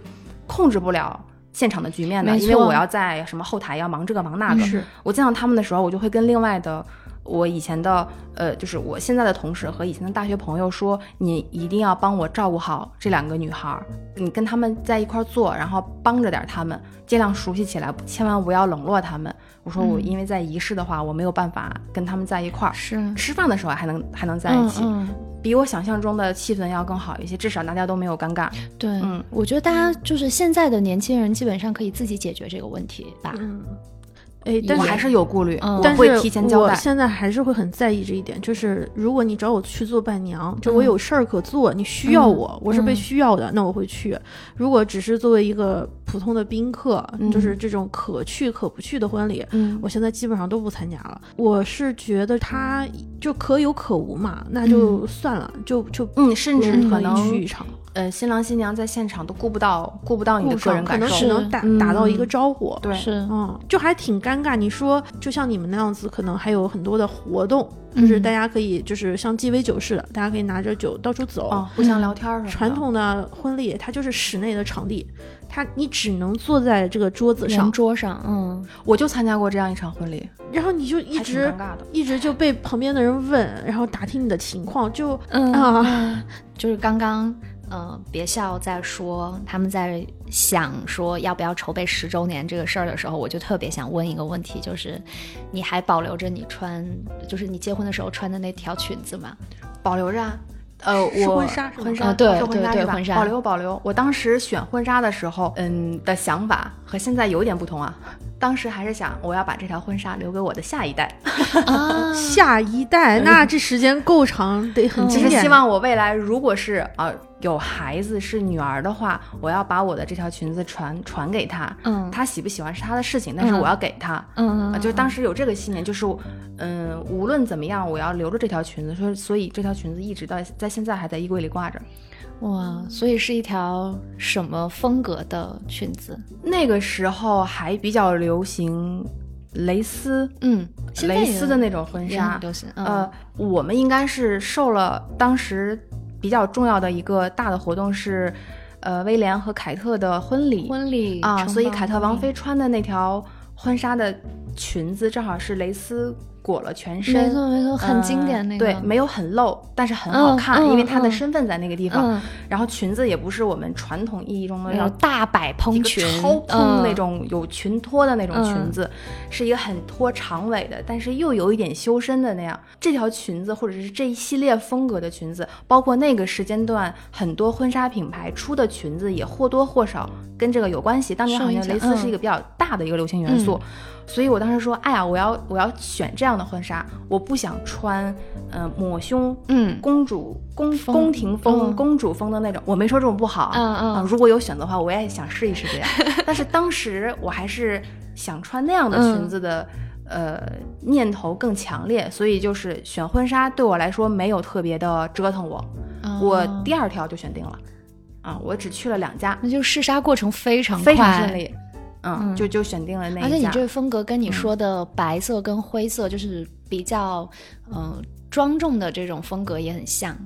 控制不了现场的局面的，
没
因为
错
我要在什么后台要忙这个忙那个，
是
我见到他们的时候，我就会跟另外的我以前的呃，就是我现在的同事和以前的大学朋友说，你一定要帮我照顾好这两个女孩儿，你跟他们在一块儿坐，然后帮着点儿他们，尽量熟悉起来，千万不要冷落他们。
嗯
我说我因为在仪式的话，我没有办法跟他们在一块儿。
是
吃饭的时候还能还能在一起，
嗯
比我想象中的气氛要更好一些，至少大家都没有尴尬。
嗯对，
嗯
我觉得大家就是现在的年轻人，基本上可以自己解决这个问题吧。
嗯，哎，但
我
是
还是有顾虑，
嗯
我
但
会
是
提前交
我
代。
现在还是会很在意这一点，就是如果你找我去做伴娘，就
嗯
我有事儿可做，你需要我，我是被需要的，那我会去。如果只是作为一个普通的宾客，
嗯
就是这种可去可不去的婚礼，
嗯
我现在基本上都不参加了。我是觉得他就可有可无嘛，那就算了，就就
嗯，甚至
不
可
以
能
去一场，
呃，新郎新娘在现场都顾不到顾不到你的
不
个人
可
感
能只
受，
能打
嗯
打到一个招呼。
对，
是，
嗯，就还挺尴尬。你说，就像你们那样子，可能还有很多的活动，就是
嗯
大家可以就是像鸡尾酒似的，大家可以拿着酒到处走。
哦，互相聊天儿什么的
传统的婚礼，它就是室内的场地，它你只能坐在这个桌子上
圆，桌上，嗯，
我就参加过这样一场婚礼，
然后你就一
还挺
直
尴尬的。
一直就被旁边的人问，然后打听你的情况，就
嗯
啊
就是刚刚，呃，别笑在说他们在想说要不要筹备十周年这个事儿的时候，我就特别想问一个问题，就是你还保留着你穿，就是你结婚的时候穿的那条裙子吗？
保留着啊，呃，
是
我
婚纱是吗
婚
啊
纱，
对
是婚纱
对
是吧
对婚纱
保留保留。我当时选婚纱的时候，嗯的想法和现在有点不同啊。当时还是想我要把这条婚纱留给我的下一代，
啊，
下一代，那这时间够长，得很
嗯
就
经
是
典。
希望我未来如果是啊、呃有孩子是女儿的话，我要把我的这条裙子传传给她。
嗯
她喜不喜欢是她的事情，但是
嗯
我要给她。
嗯
啊，就是当时有这个信念，就是我，嗯，无论怎么样，我要留着这条裙子，所以所以这条裙子一直到在现在还在衣柜里挂着。
(laughs) 哇，所以是一条什么风格的裙子？
那个时候还比较流行蕾丝，
嗯，现在
蕾
也
丝的那种婚
也
纱
很，流行，嗯
呃，我们应该是受了当时比较重要的一个大的活动是，呃，威廉和凯特的婚礼，
嗯婚礼
啊，
城
所以
邦
凯特
婚
王
礼
妃穿的那条婚纱的裙子正好是蕾丝裹了全身，
没错没错，很经典
嗯
那个，
对，没有很露，但是很好看，
嗯嗯
因为她的
嗯
身份在那个地方。
嗯，
然后裙子也不是我们传统意义中的
那
那
种
种
大摆
嗯一
蓬
个
裙，
超蓬
嗯
那，种有裙托的那种裙
嗯
子，是一个很拖长尾的，但是又有一点修身的那样。这条裙子或者是这一系列风格的裙子，包括那个时间段很多婚纱品牌出的裙子也或多或少跟这个有关系。当年
受
好
影
像
响
蕾丝是一个比较大的一个流行元素。所以我当时说，哎呀，我要我要选这样的婚纱，我不想穿，嗯、抹胸，
嗯
公主宫
风
宫廷风、
嗯
公主风的那种。我没说这种不好啊，
嗯嗯
啊，如果有选择的话，我也想试一试这样。
(laughs)
但是当时我还是想穿那样的裙子的，呃，念头更强烈，所以就是选婚纱对我来说没有特别的折腾我。我
哦
第二条就选定了，啊，我只去了两家，
那就试纱过程非常
非常
快
顺。利，嗯，
嗯
就就选定了那一家。嗯
而且你这个风格跟你说的白色跟灰色，就是比较嗯、呃庄重的这种风格也很像。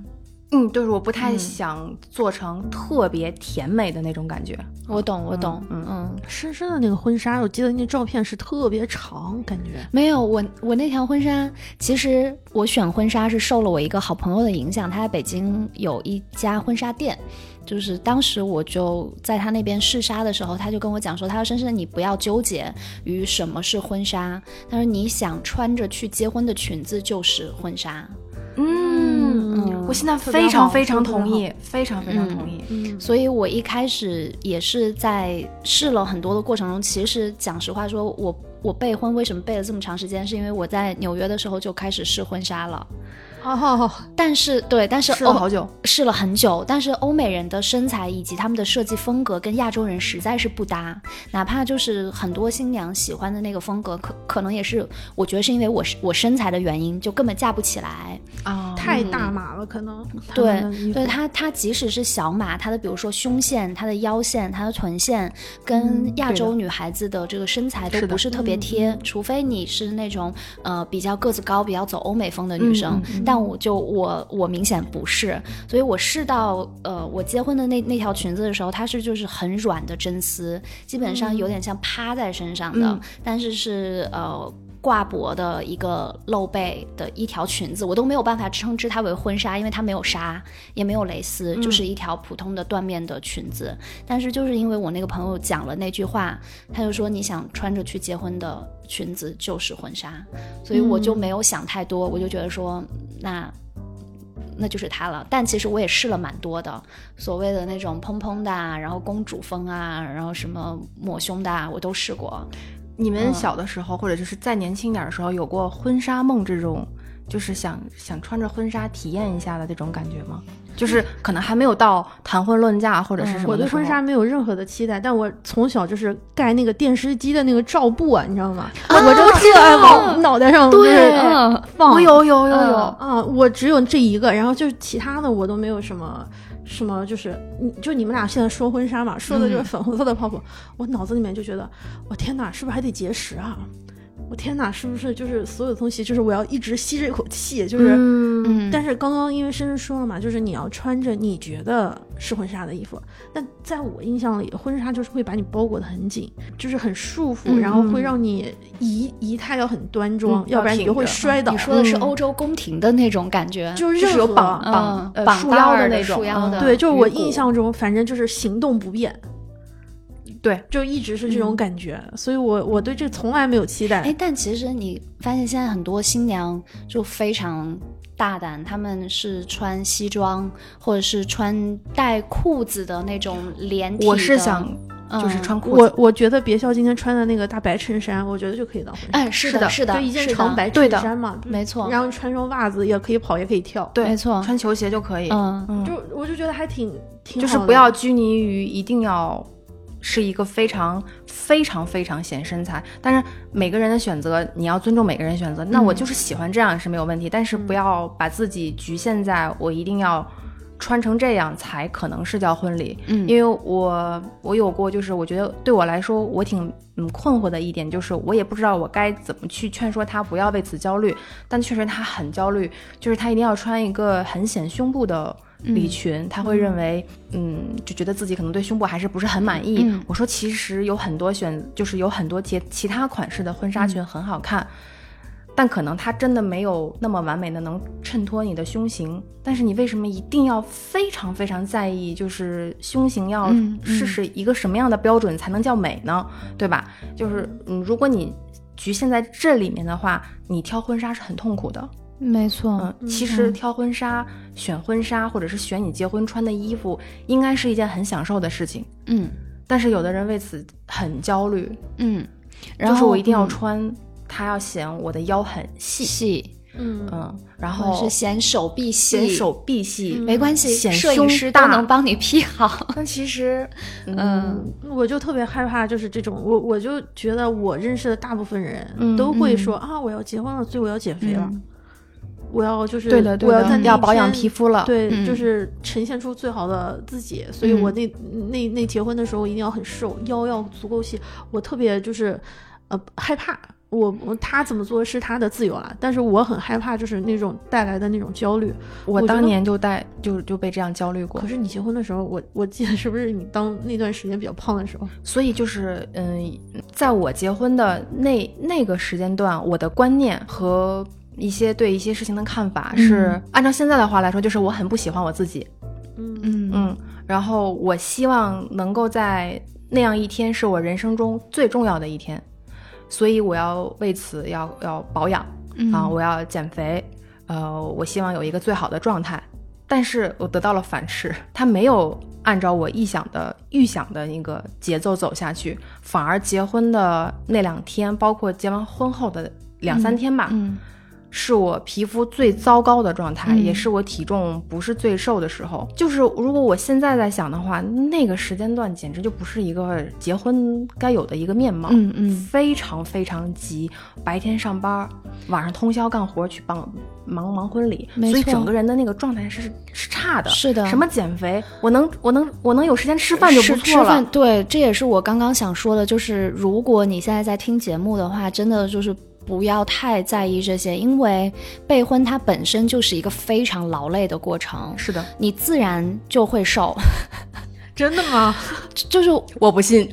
嗯，就是我不太
嗯
想做成特别甜美的那种感觉。
我懂，我懂，
嗯
嗯
深深的那个婚纱，我记得那照片是特别长，感觉
没有我我那条婚纱，其实我选婚纱是受了我一个好朋友的影响，他在北京有一家婚纱店，就是当时我就在他那边试纱的时候，他就跟我讲说，他说深深你不要纠结于什么是婚纱，他说你想穿着去结婚的裙子就是婚纱，
嗯，
嗯
我现在
特别
非常
好
非常
特别
同意，非常非常同意。
嗯，
所以我一开始也是在试了很多的过程中，其实讲实话说，我我备婚为什么备了这么长时间，是因为我在纽约的时候就开始试婚纱了。
哦，
但是对，但是
啊
试了
欧
哦好久，
试了很久，但是欧美人的身材以及他们的设计风格跟亚洲人实在是不搭，哪怕就是很多新娘喜欢的那个风格，可可能也是我觉得是因为我是我身材的原因，就根本架不起来。
啊，
太大码了，可能他
对
们的衣服
对，它它即使是小码，它的比如说胸线、它的腰线、它的臀线，跟亚
嗯对的
洲女孩子的这个身材
是
都
的嗯
不是特别贴，除非你是那种呃比较个子高、比较走欧美风的女生。
嗯
但我就我我明显不是，所以我试到呃我结婚的那那条裙子的时候，它是就是很软的真丝，基本上有点像趴在身上的，
嗯
但是是呃。挂脖的一个露背的一条裙子，我都没有办法称之它为婚纱，因为它没有纱，也没有蕾丝，
嗯
就是一条普通的缎面的裙子。但是就是因为我那个朋友讲了那句话，他就说你想穿着去结婚的裙子就是婚纱，所以我就没有想太多，我就觉得说那。那就是它了，但其实我也试了蛮多的，所谓的那种蓬蓬的啊，然后公主风啊，然后什么抹胸的啊，我都试过。
你们小的时候，或者就是再年轻点儿的时候，有过婚纱梦这种，就是想想穿着婚纱体验一下的这种感觉吗？就是可能还没有到谈婚论嫁或者是什么、
我对婚纱，没有任何的期待，但我从小就是盖那个电视机的那个罩布啊，你知道吗？我就特爱往脑袋上就是
嗯
放。
(laughs) 我有有有有，
嗯
啊，我只有这一个，然后就是其他的我都没有什么什么，就是你就你们俩现在说婚纱嘛，说的
嗯
就是粉红色的泡泡，我脑子里面就觉得，我天哪，是不是还得节食啊？我天哪，是不是就是所有东西就是我要一直吸这口气，就是。
嗯，
嗯，
但是刚刚因为深深说了嘛，就是你要穿着你觉得是婚纱的衣服，但在我印象里，婚纱就是会把你包裹得很紧，就是很束缚，
嗯
然后会让你仪仪态要很端庄，
嗯
要不然你就会
要挺着
摔倒。
你说的是
嗯
欧洲宫廷的那种感觉，
就是
就
任
是
何啊
有绑绑
嗯、
呃
绑
束
带
腰
儿
的
的
那种
束腰
嗯
的
对，就是我
鱼骨
印象中，反正就是行动不便，
对，
就一直是这种
嗯
感觉，所以我我对这从来没有期待。
哎，但其实你发现现在很多新娘就非常大胆，她们是穿西装，或者是穿带裤子的那种连体的。
我是想就是
嗯
穿裤子，
我我觉得别笑今天穿的那个大白衬衫，我觉得就可以当婚纱，
哎，是
是的
的，是的，
就一件
是的
长白
对
衬
的
衫嘛，
没
嗯
错，
然后穿双袜子也可以跑，也可以跳。
对，
没错
穿球鞋就可以，
嗯，
嗯，
就我就觉得还挺挺
就是
好的
不要拘泥于一定要是一个非常非常非常显身材，但是每个人的选择你要尊重每个人选择。那
嗯
我就是喜欢这样是没有问题，但是不要把自己局限在我一定要。穿成这样才可能是叫婚礼，
嗯
因为我我有过，就是我觉得对我来说，我挺嗯困惑的一点，就是我也不知道我该怎么去劝说他不要为此焦虑，但确实他很焦虑，就是他一定要穿一个很显胸部的
嗯
礼裙，他会认为，嗯，就觉得自己可能对胸部还是不是很满意。
嗯
我说其实有很多选，就是有很多其其他款式的婚纱裙很好看，但可能它真的没有那么完美的能衬托你的胸型。但是你为什么一定要非常非常在意，就是胸型要
嗯嗯
试试一个什么样的标准才能叫美呢？对吧？就是嗯，如果你局限在这里面的话，你挑婚纱是很痛苦的。
没错，
嗯，其实挑婚纱、选婚纱，或者是选你结婚穿的衣服，应该是一件很享受的事情。
嗯
但是有的人为此很焦虑，
嗯，然后
就是我一定要
嗯
穿，他要嫌我的腰很细，
细，
嗯
嗯，然
或者
后
是显手臂细，
显手臂细。
没关系，
显
摄影
胸
师都
大
能帮你 P 好。
但其实，
嗯
嗯，
我就特别害怕，就是这种，我我就觉得我认识的大部分人
嗯
都会说、啊，我要结婚了，所以我要减肥了，
嗯
我要就是
对的，对
我要
的，
在那
要
一
保养
天
皮肤了。，
对，
嗯
就是呈现出最好的自己。所以
嗯
我那那那结婚的时候一定要很瘦，腰要足够细。我特别就是呃害怕，我我他怎么做是他的自由啊，但是我很害怕就是那种带来的那种焦虑。我
我
觉
当
得
年就带就就被这样焦虑过
可。是你结婚的时候，我 (laughs) 我记得是不是你当那段时间比较胖的时候？
所以就是，嗯，在我结婚的那那个时间段，我的观念和一些对一些事情的看法是，按照现在的话来说，就是我很不喜欢我自己，
嗯
嗯
嗯，然后我希望能够在那样一天是我人生中最重要的一天，所以我要为此要要保养
嗯
啊，我要减肥，呃，我希望有一个最好的状态。但是我得到了反噬，他没有按照我臆想的预想的那个节奏走下去，反而结婚的那两天，包括结完婚后的两三天吧，
嗯
是我皮肤最糟糕的状态，
嗯
也是我体重不是最瘦的时候。就是如果我现在在想的话，那个时间段简直就不是一个结婚该有的一个面貌。
嗯嗯
非常非常急，白天上班，晚上通宵干活去帮忙忙婚礼，
没
所以
错
整个人的那个状态是是差的。
是的
什么减肥，我能我能我能有时间吃饭就不
是吃
错了。
饭对，这也是我刚刚想说的，就是如果你现在在听节目的话，真的就是。不要太在意这些，因为备婚它本身就是一个非常劳累的过程，
是的，
你自然就会瘦。 (laughs)
真的吗？
就是
我不信。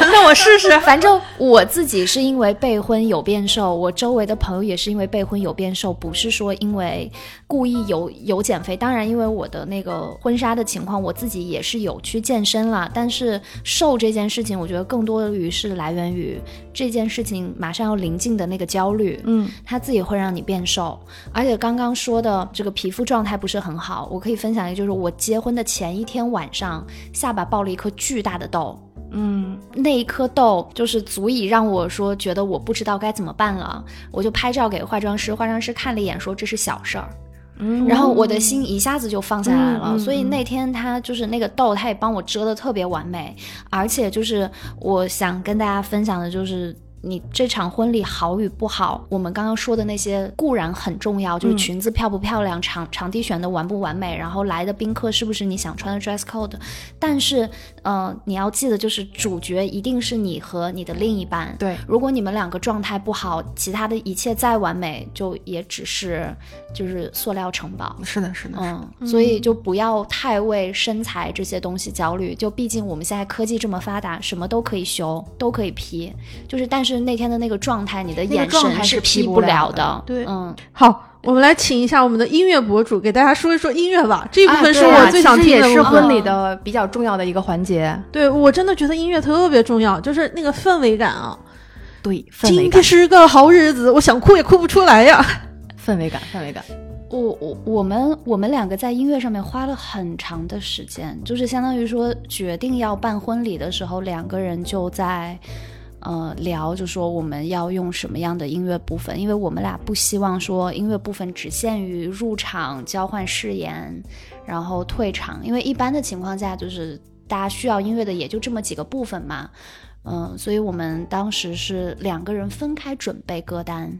那我试试。 (laughs) 反正我自己是因为备婚有变瘦，我周围的朋友也是因为备婚有变瘦，不是说因为故意有有减肥。当然，因为我的那个婚纱的情况，我自己也是有去健身啦。但是瘦这件事情，我觉得更多于是来源于这件事情马上要临近的那个焦虑。
嗯，
它自己会让你变瘦，而且刚刚说的这个皮肤状态不是很好，我可以分享一个，就是我结婚的前一天晚上，下巴爆了一颗巨大的痘，
嗯，
那一颗痘就是足以让我说觉得我不知道该怎么办了，我就拍照给化妆师，化妆师看了一眼说这是小事儿，
嗯
然后我的心一下子就放下来了。
嗯嗯
所以那天他就是那个痘，他也帮我遮的特别完美，而且就是我想跟大家分享的就是。你这场婚礼好与不好，我们刚刚说的那些固然很重要，就是
嗯
裙子漂不漂亮，场场地选的完不完美，然后来的宾客是不是你想穿的 dress code，但是，呃，你要记得就是主角一定是你和你的另一半，
对，
如果你们两个状态不好，其他的一切再完美，就也只是就是塑料城堡。
是的，是的，是的
嗯，所以就不要太为身材这些东西焦虑。就毕竟我们现在科技这么发达，什么都可以修，都可以 P。就是，但是那天的那个状态，你的
个
眼
状态
神
是
P
P
不
不了
的。
的
对
嗯，
好，我们来请一下我们的音乐博主，给大家说一说音乐吧。这部
啊
分是
对啊
我最想
其实
听的
也
部
是
分。
婚礼的比较重要的一个环节。
对我真的觉得音乐特别重要，就是那个氛围感啊。
对，氛围
今
感
天，是个好日子，我想哭也哭不出来呀。
氛围感，氛围感。
我我我们我们两个在音乐上面花了很长的时间，就是相当于说决定要办婚礼的时候，两个人就在。呃，聊就说我们要用什么样的音乐部分，因为我们俩不希望说音乐部分只限于入场、交换誓言，然后退场，因为一般的情况下就是大家需要音乐的也就这么几个部分嘛，嗯、所以我们当时是两个人分开准备歌单，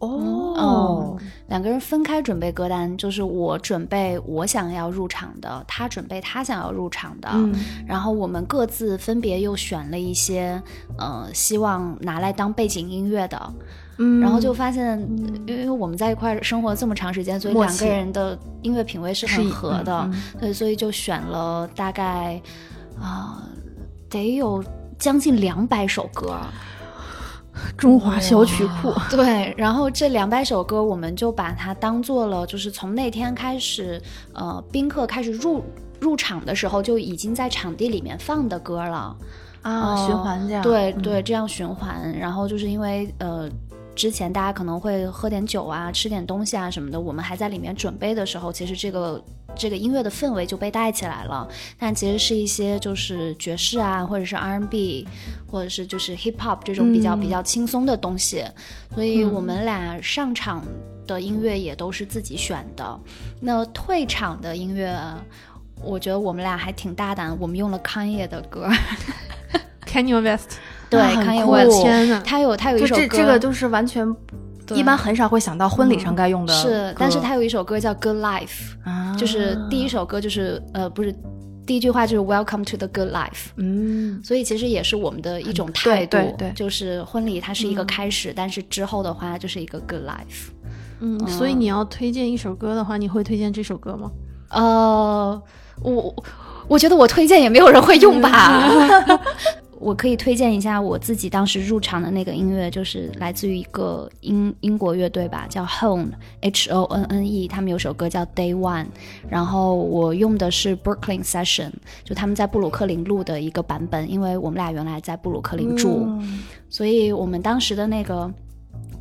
哦，
两个人分开准备歌单，就是我准备我想要入场的，他准备他想要入场的，
嗯，
然后我们各自分别又选了一些，呃，希望拿来当背景音乐的，
嗯
然后就发现，因为我们在一块儿生活这么长时间，所以
默
两
契
个人的音乐品味是
是
很
一
合
嗯
的，
嗯
对，所以就选了大概呃啊、得有将近两百首歌，
(laughs) 中华小曲库，
对，然后这两百首歌，我们就把它当做了，就是从那天开始，呃，宾客开始入入场的时候就已经在场地里面放的歌了。
啊，
嗯
循环这样，
对
嗯
对，这样循环。然后就是因为呃，之前大家可能会喝点酒啊，吃点东西啊什么的，我们还在里面准备的时候，其实这个这个音乐的氛围就被带起来了。但其实是一些就是爵士啊，或者是 R&B，或者是就是 hip hop 这种比
嗯
较、比较轻松的东西。所以我们俩上场的音乐也都是自己选的，那退场的音乐。我觉得我们俩还挺大胆，我们用了康业的歌，
Kanye West，
对
啊很
康业
酷
West，
天呐，
他有他有一
就
首
这
歌，
这个就是完全
对
一般很少会想到婚礼上该用的歌、
是，但是他有一首歌叫《Good Life》，
啊
就是第一首歌就是呃不是第一句话就是 Welcome to the Good Life。
嗯
所以其实也是我们的一种态度，
对嗯对
就是婚礼它是一个开始，但是之后的话就是一个 good life。
嗯，所以你要推荐一首歌的话，你会推荐这首歌吗？
呃，我我觉得我推荐也没有人会用吧。 (laughs) 我可以推荐一下我自己当时入场的那个音乐，就是来自于一个英英国乐队吧，叫 Hone H O N N E，他们有首歌叫 Day One，然后我用的是 Brooklyn Session，就他们在布鲁克林录的一个版本，因为我们俩原来在布鲁克林住，所以我们当时的那个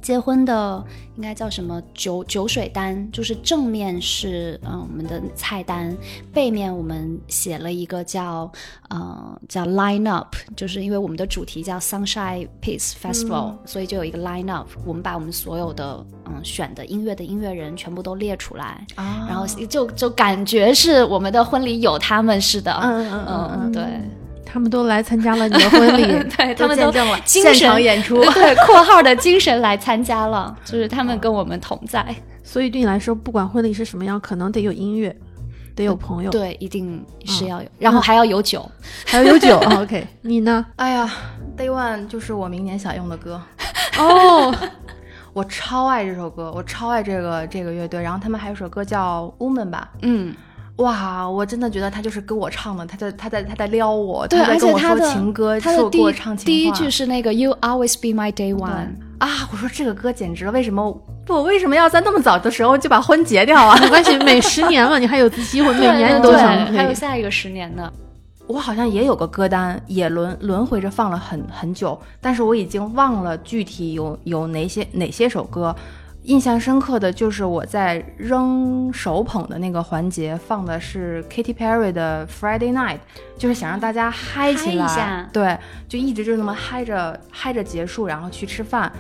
结婚的应该叫什么酒酒水单，就是正面是嗯、呃我们的菜单，背面我们写了一个叫呃叫 line up，就是因为我们的主题叫 Sunshine Peace Festival，、所
嗯
以就有一个 line up，我们把我们所有的嗯选的音乐的音乐人全部都列出来，
啊，
然后就就感觉是我们的婚礼有他们似的，
嗯嗯嗯嗯，
对。
他们都来参加了你的婚 (laughs) 礼，
(laughs) 对他们
见
都
证了
精
现
神
场演出
(laughs) 对（括号的精神）来参加了，就是他
哦
们跟我们同在。
所以对你来说，不管婚礼是什么样，可能得有音乐，得有朋友，
对，一定是要有，然后还要有酒。
还要有 (laughs) 酒。OK，你哦呢？
哎呀，Day One 就是我明年想用的歌，
哦，
我超爱这首歌，我超爱这个这个乐队，然后他们还有首歌叫《Woman》吧，
嗯，
哇，我真的觉得他就是跟我唱的，他在他在他在撩我，
对，
他在
而
跟
且
我
他
说
的
情歌，
他
说
的第
给我
一
唱情
第一
话
句是那个 “You always be my day
对
one”。
啊，我说这个歌简直了，为什么我为什么要在那么早的时候就把婚结
(laughs)
掉啊？
没关系，每十年嘛，你还有自己，我每
对
年
对
你都
对
想
还有
可以。
下一个十年呢。
我好像也有个歌单，也轮轮回着放了很很久，但是我已经忘了具体有有哪些哪些首歌。印象深刻的就是我在扔手捧的那个环节放的是 Katy Perry 的 Friday Night，就是想让大家嗨起
嗨
来，
一下
对，就一直就那么嗨着嗨着结束，然后去吃饭。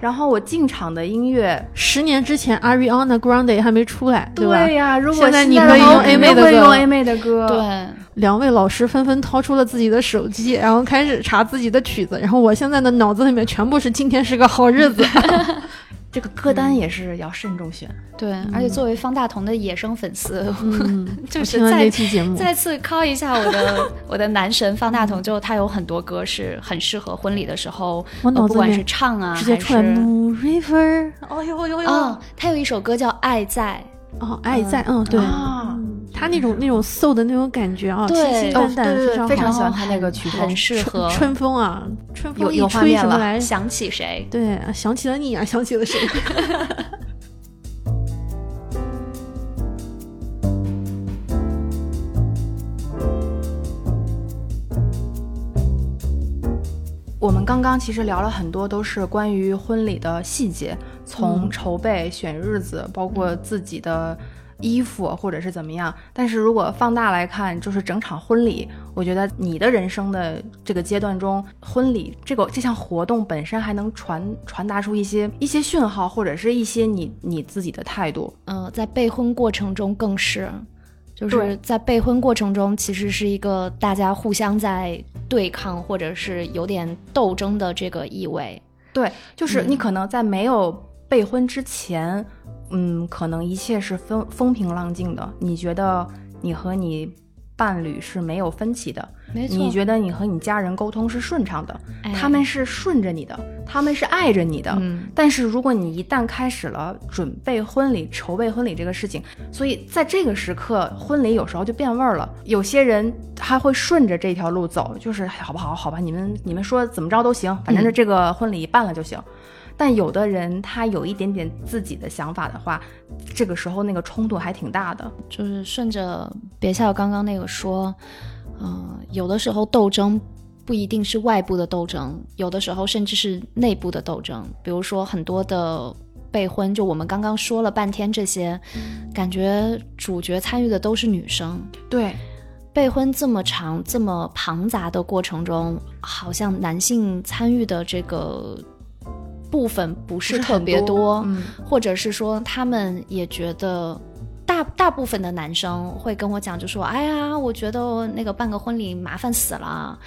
然后我进场的音乐，
十年之前，Ariana Grande 还没出来，对吧？
呀、如
现
果
在
现
你
在
可以
的话
用
我肯
A 妹
定
的
会
歌
用
了
A 妹的歌，
对，
两位老师纷纷掏出了自己的手机，然后开始查自己的曲子。然后我现在的脑子里面全部是今天是个好日 (laughs) 子。
这个歌单也是要慎重选。
对，而且作为方大同的野生粉丝，
(laughs) 嗯，
嗯 (laughs) 就
我
是
听了
在
这期节目，
再次 call 一下我的我的男神方大同，就他有很多歌是很适合婚礼的时候，
我
呃
脑子
不管
里
是唱啊，
直接
还
出来
是
Moon River。哦呦呦呦！
哦，他有一首歌叫《爱在
哦，爱在，嗯，对，
啊
嗯他那种那种 soul 的那种感觉啊，清
对
清淡淡，
哦对对对
非
非》，
常
常
好
喜欢他那个
很
曲风
很适合
春春风啊，春
有
风一
有画
吹
面
什么
了
来？
想起谁。
对，想起了你啊，想起了谁？
我们刚刚其实聊了很多，都是关于婚礼的细节，从
嗯
筹备、选日子，包括自己的衣服或者是怎么样。但是如果放大来看，就是整场婚礼，我觉得你的人生的这个阶段中，婚礼这个这项活动本身还能传传达出一些一些讯号，或者是一些你你自己的态度。
嗯、在备婚过程中更是，就是
对
在备婚过程中，其实是一个大家互相在对抗或者是有点斗争的这个意味。
对，就是
嗯
你可能在没有备婚之前，嗯，可能一切是风风平浪静的。你觉得你和你伴侣是没有分歧的，
没错，
你觉得你和你家人沟通是顺畅的，
哎
他们是顺着你的，他们是爱着你的。
嗯
但是如果你一旦开始了准备婚礼、筹备婚礼这个事情，所以在这个时刻，婚礼有时候就变味儿了。有些人他会顺着这条路走，就是哎好不好？好吧，你们你们说怎么着都行，反正
嗯
这个婚礼办了就行。但有的人他有一点点自己的想法的话，这个时候那个冲突还挺大的。
就是顺着别笑刚刚那个说，嗯、有的时候斗争不一定是外部的斗争，有的时候甚至是内部的斗争。比如说很多的备婚，就我们刚刚说了半天这些，感觉主角参与的都是女生。
对，
备婚这么长、这么庞杂的过程中，好像男性参与的这个部分不是特别
不是很多嗯
或者是说他们也觉得。大大部分的男生会跟我讲，就说：“哎呀，我觉得那个办个婚礼麻烦死了，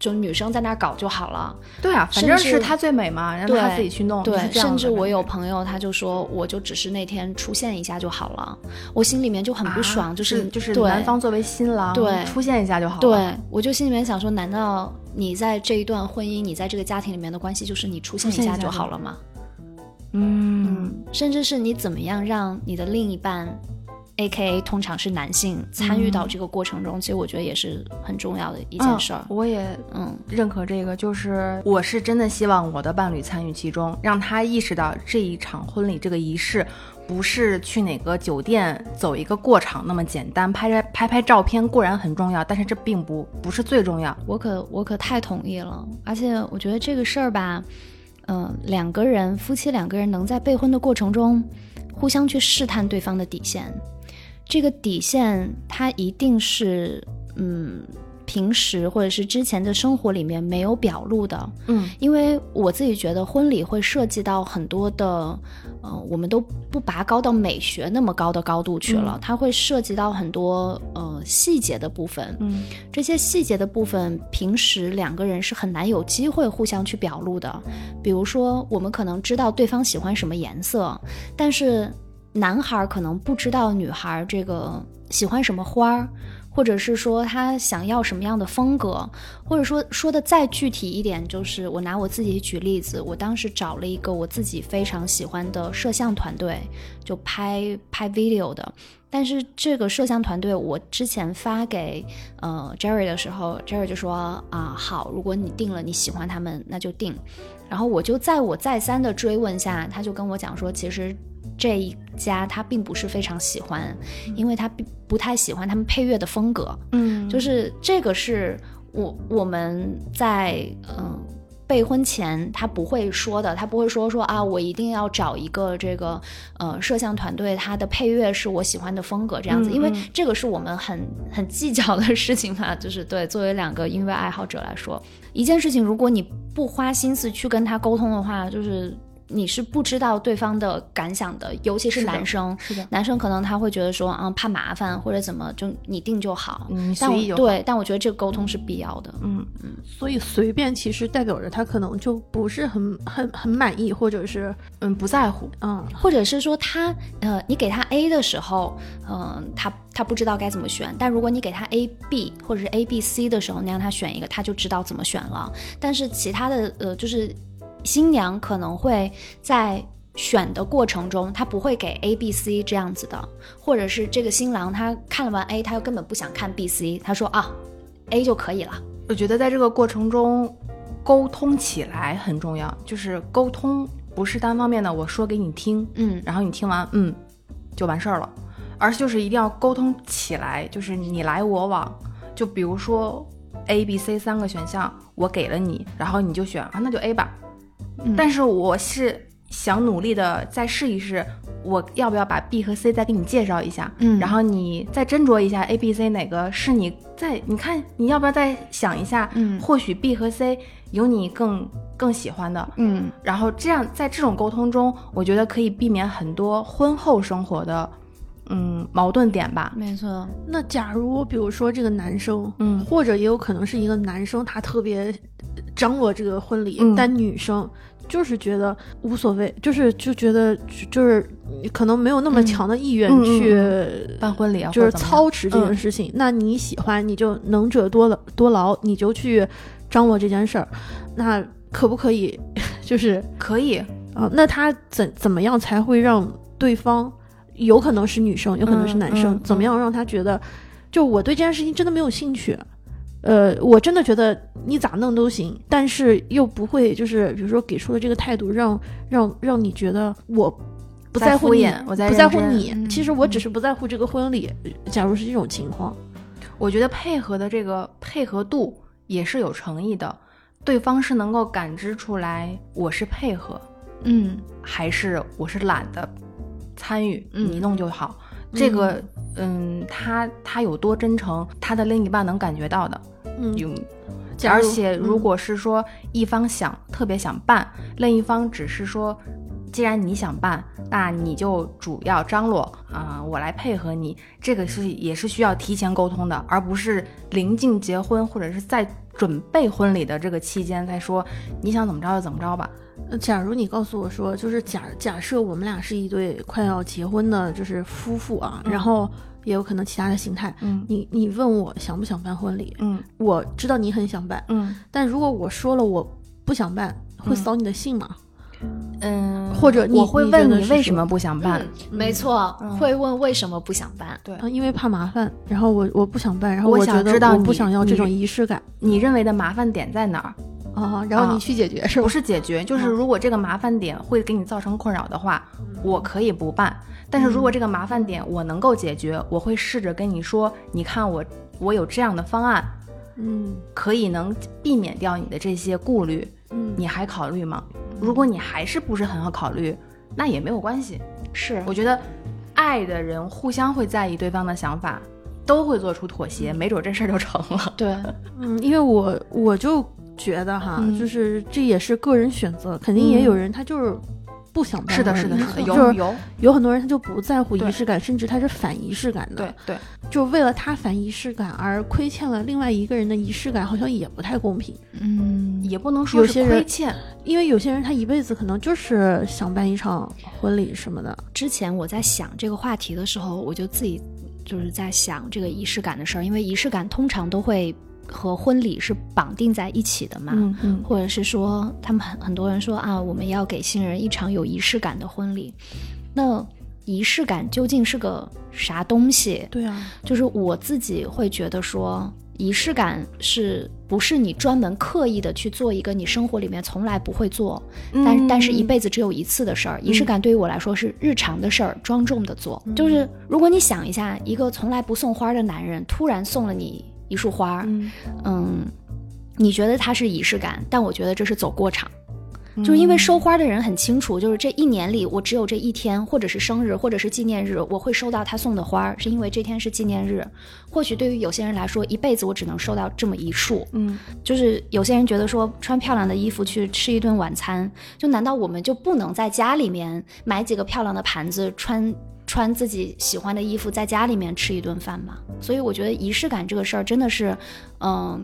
就女生在那儿搞就好了。
对啊，反
甚
正
至
是他最美嘛，让他
对
自己去弄，就是
对，
这样
甚
的
至我
感觉
有朋友他就说，我就只是那天出现一下就好了，我心里面就很不爽，
啊
就是
就是
对
男方作为新郎
对
出现一下就好了。
对，我就心里面想说，难道你在这一段婚姻，你在这个家庭里面的关系，就是你出现
出现
一
一
下
下
就
就
好
好
了吗？
嗯，
甚至是你怎么样让你的另一半，A K A 通常是男性参与到这个过程中，其实我觉得也是很重要的一
一
件事儿。
嗯我也
嗯，
认可这个，就是我是真的希望我的伴侣参与其中，让他意识到这一场婚礼这个仪式。不是去哪个酒店走一个过场那么简单，拍拍拍拍照片固然很重要，但是这并不不是最重要。
我可我可太同意了，而且我觉得这个事儿吧，嗯、两个人夫妻两个人能在备婚的过程中，互相去试探对方的底线，这个底线它一定是嗯平时或者是之前的生活里面没有表露的，
嗯，
因为我自己觉得婚礼会涉及到很多的，呃，我们都不拔高到美学那么高的高度去了，它会涉及到很多呃细节的部分。
嗯，
这些细节的部分，平时两个人是很难有机会互相去表露的。比如说，我们可能知道对方喜欢什么颜色，但是男孩儿可能不知道女孩儿这个喜欢什么花儿。或者是说他想要什么样的风格，或者说说的再具体一点，就是我拿我自己举例子，我当时找了一个我自己非常喜欢的摄像团队，就拍拍 video 的。但是这个摄像团队，我之前发给呃 Jerry 的时候，Jerry 就说啊、好，如果你定了你喜欢他们，那就定。然后我就在我再三的追问下，他就跟我讲说，其实这一家他并不是非常喜欢，因为他并不太喜欢他们配乐的风格。
嗯
就是这个是我我们在嗯备婚前他不会说的，他不会说说啊，我一定要找一个这个呃摄像团队，它的配乐是我喜欢的风格这样子，
嗯
因为
嗯
这个是我们很很计较的事情嘛，就是对作为两个音乐爱好者来说，一件事情如果你不花心思去跟他沟通的话，就是。你是不知道对方的感想的，尤其是
是的
男生，
是的，
男生可能他会觉得说，啊，怕麻烦或者怎么，就你定就好。
嗯，
但
随
我
意就好。
对，但我觉得这个沟通是必要的。
嗯，
所以随便其实代表着他可能就不是很很很满意，或者是
嗯，不在乎。
嗯，
或者是说他，呃，你给他 A 的时候，嗯、他他不知道该怎么选。但如果你给他 A B 或者是 A B C 的时候，你让他选一个，他就知道怎么选了。但是其他的，呃，就是新娘可能会在选的过程中，她不会给 A B C 这样子的，或者是这个新郎他看了完 A，他又根本不想看 B C，他说啊 A 就可以了。
我觉得在这个过程中，沟通起来很重要，就是沟通不是单方面的我说给你听，
嗯，
然后你听完嗯就完事儿了，而就是一定要沟通起来，就是你来我往。就比如说 A、B、C 三个选项，我给了你，然后你就选啊，那就 A 吧。
嗯
但是我是想努力的再试一试，我要不要把 B 和 C 再给你介绍一下？
嗯
然后你再斟酌一下 A、B、C 哪个是你再你看你要不要再想一下？
嗯
或许 B 和 C 有你更更喜欢的，
嗯，
然后这样在这种沟通中，我觉得可以避免很多婚后生活的嗯矛盾点吧。
没错，
那假如比如说这个男生，
嗯
或者也有可能是一个男生，他特别张罗这个婚礼，
嗯
但女生就是觉得无所谓，就是就觉得就就是可能没有那
嗯
么强的意愿去、
办婚礼啊，
就是
或者怎么样
操持这件事情。那你喜欢，你就能者多劳多劳，你就去张罗这件事儿。那可不可以？ (laughs) 就是
可以，
啊、那他怎怎么样才会让对方，有可能是女生，有可能是男生，
嗯嗯
怎么样让他觉得，就我对这件事情真的没有兴趣。呃，我真的觉得你咋弄都行，但是又不会就是，比如说给出的这个态度让，让让你觉得我不
在
在乎
敷
你
衍我在
不
认
在乎
真
你、
嗯
其实我只是不在乎这个婚礼。呃假如是这种情况，
我觉得配合的这个配合度也是有诚意的，对方是能够感知出来我是配合，
嗯
还是我是懒得参与，
嗯
你弄就好。这个，嗯，他他有多真诚，他的另一半能感觉到的。
嗯，
有，
假
而
如嗯
且如果是说一方想、特别想办，另一方只是说，既然你想办，那你就主要张罗啊、我来配合你。这个是也是需要提前沟通的，而不是临近结婚或者是在准备婚礼的这个期间才说你想怎么着就怎么着吧。
呃假如你告诉我说，就是假假设我们俩是一对快要结婚的，就是夫妇啊，然后也有可能其他的形态。
嗯
你你问我想不想办婚礼，
嗯
我知道你很想办，
嗯
但如果我说了我不想办，会扫你的兴吗？
嗯，
或者你
我会
你觉得
问你
是
为
说
什么不想办。
嗯，没错，
嗯
会问为什么不想办。
对
啊，因为怕麻烦，然后我我不想办，然后
我
觉
想
得
知道
我
你
不想要
你
这种仪式感
你认为的麻烦点在哪儿？
啊，然后
啊
你去解决是吧
不？是嗯解决，就是如果这个麻烦点会给你造成困扰的话，我可以不办。但是如果这个麻烦点我能够解决，我会试着跟你说，你看我我有这样的方案，
嗯
可以能避免掉你的这些顾虑，
嗯，
你还考虑吗？如果你还是不是很好考虑，那也没有关系。
是
我觉得爱的人互相会在意对方的想法，都会做出妥协，没准这事儿就成了。
对，
嗯，因为我我就觉得哈，
嗯
就是这也是个人选择，肯定也有人他就是不想办
(laughs) 是的，
婚
是的，
礼
是的，
就
嗯有
是
有，
有很多人他就不在乎仪
对
式感，甚至他是反仪式感的
对，对。
就为了他反仪式感而亏欠了另外一个人的仪式感，好像也不太公平。
嗯，
也不能说
有
是
些
亏
人
欠，啊
因为有些人他一辈子可能就是想办一场婚礼什么的，
之前我在想这个话题的时候，我就自己就是在想这个仪式感的事儿，因为仪式感通常都会和婚礼是绑定在一起的嘛。
嗯嗯，
或者是说，他们很很多人说啊，我们要给新人一场有仪式感的婚礼。那仪式感究竟是个啥东西？
对啊，
就是我自己会觉得说，仪式感是不是你专门刻意的去做一个你生活里面从来不会做，但但是一辈子只有一次的事儿，仪式感对于我来说是日常的事儿，庄重的做。就是如果你想一下，一个从来不送花的男人突然送了你一束花儿，
嗯，
嗯，你觉得它是仪式感，但我觉得这是走过场。就是因为收花的人很清楚，就是这一年里我只有这一天，或者是生日，或者是纪念日，我会收到他送的花儿，是因为这天是纪念日。或许对于有些人来说，一辈子我只能收到这么一束。
嗯，
就是有些人觉得说穿漂亮的衣服去吃一顿晚餐，就难道我们就不能在家里面买几个漂亮的盘子，穿穿自己喜欢的衣服，在家里面吃一顿饭吗？所以我觉得仪式感这个事儿真的是，嗯，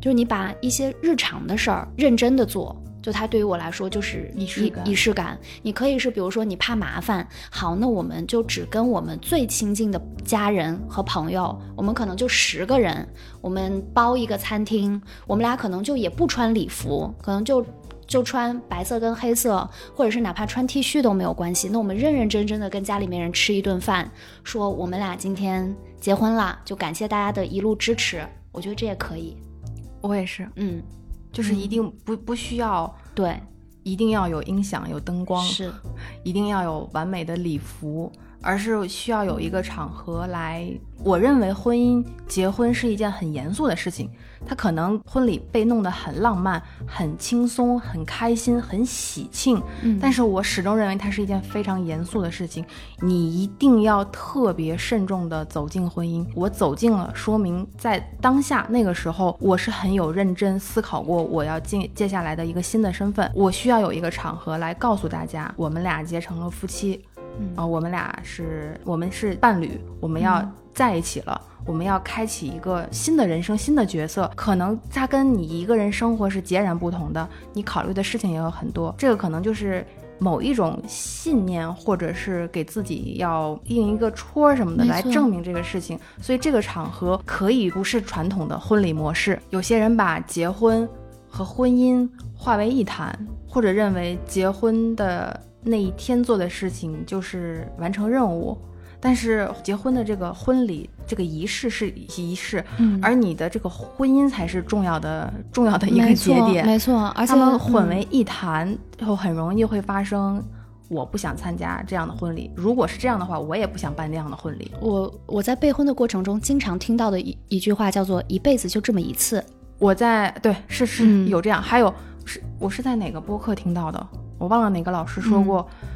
就是你把一些日常的事儿认真的做。就它对于我来说就是
仪式感
仪式感。你可以是比如说你怕麻烦，好，那我们就只跟我们最亲近的家人和朋友，我们可能就十个人，我们包一个餐厅，我们俩可能就也不穿礼服，可能就就穿白色跟黑色，或者是哪怕穿 T 恤都没有关系。那我们认认真真的跟家里面人吃一顿饭，说我们俩今天结婚了，就感谢大家的一路支持。我觉得这也可以，
我也是，
嗯，
就是一定不不需要，
对，
一定要有音响、有灯光，
是，
一定要有完美的礼服，而是需要有一
嗯
个场合来。我认为婚姻结婚是一件很严肃的事情，它可能婚礼被弄得很浪漫、很轻松、很开心、很喜庆，
嗯
但是我始终认为它是一件非常严肃的事情，你一定要特别慎重的走进婚姻。我走进了，说明在当下那个时候，我是很有认真思考过我要进接下来的一个新的身份，我需要有一个场合来告诉大家，我们俩结成了夫妻，
嗯
啊、我们俩是我们是伴侣，我们要
嗯
在一起了。我们要开启一个新的人生、新的角色，可能它跟你一个人生活是截然不同的，你考虑的事情也有很多。这个可能就是某一种信念，或者是给自己要印一个戳儿什么的
没
来
错
证明这个事情。所以这个场合可以不是传统的婚礼模式。有些人把结婚和婚姻化为一谈，或者认为结婚的那一天做的事情就是完成任务。但是结婚的这个婚礼这个仪式是仪式，
嗯
而你的这个婚姻才是重要的重要的一个
没
节
错，
点。
没错，而且
他们混
嗯
为一谈，后很容易会发生。我不想参加这样的婚礼。如果是这样的话，我也不想办这样的婚礼。
我我在备婚的过程中，经常听到的一一句话叫做“一辈子就这么一次
我在对是是、
嗯
有这样，还有是我是在哪个播客听到的，我忘了哪个老师说过，
嗯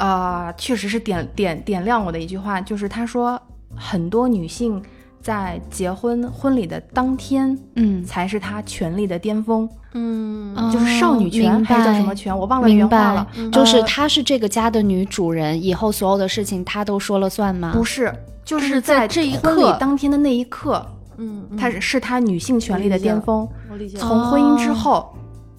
啊、确实是点点点亮我的一句话，就是他说很多女性在结婚婚礼的当天”。
嗯，
才是她权力的巅峰，
嗯
哦
就是少女权
明
还是叫什么
白
权，我忘了原
明
话
白
了。，
就是
呃
她是这个家的女主人，以后所有的事情她都说了算吗？
不是，就
就是
是
在
在
这一
婚礼
刻
当天的那一刻，
嗯，嗯
她是是她女性权利的巅峰。
我理解了。
从婚姻之后，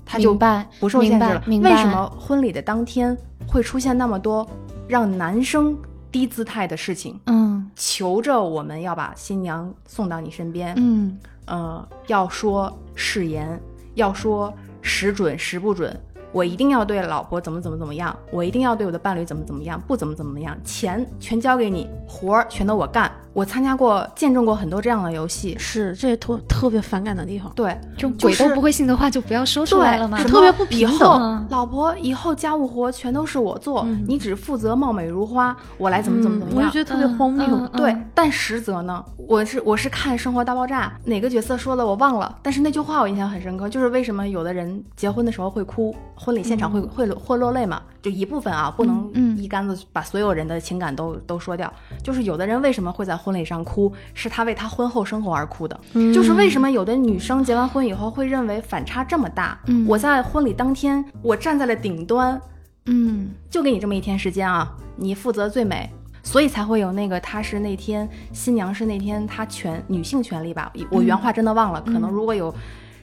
她就
明白
不受限制了。
明白明白
为什么婚礼的当天会出现那么多让男生低姿态的事情？
嗯
求着我们要把新娘送到你身边，
嗯
呃，要说誓言，要说时准时不准，我一定要对老婆怎么怎么怎么样，我一定要对我的伴侣怎么怎么样，不怎么怎么样，钱全交给你，活儿全都我干。我参加过、见证过很多这样的游戏，
是，这特特别反感的地方。
对，
这种
就
鬼都
是
不会信的话，就不要说出
对，
来了嘛。
什
特别
么
不
以
平
后
等
啊
老婆，以后家务活全都是我做，
嗯
你只负责貌美如花，我来怎么怎么怎
嗯
么
我就
样。
觉得特别荒谬。
嗯嗯嗯
对，但实则呢，我是我是看《生活大爆炸》哪个角色说的我忘了，但是那句话我印象很深刻，就是为什么有的人结婚的时候会哭，婚礼现场会、会会落泪嘛，就一部分啊，不能
嗯
一竿子把所有人的情感都都说掉。就是有的人为什么会在婚礼上哭，是他为他婚后生活而哭的。
嗯
就是为什么有的女生结完婚以后会认为反差这么大？
嗯
我在婚礼当天，我站在了顶端，
嗯
就给你这么一天时间啊，你负责最美，所以才会有那个她是那天新娘是那天她权女性权利吧，我原话真的忘了，可能如果有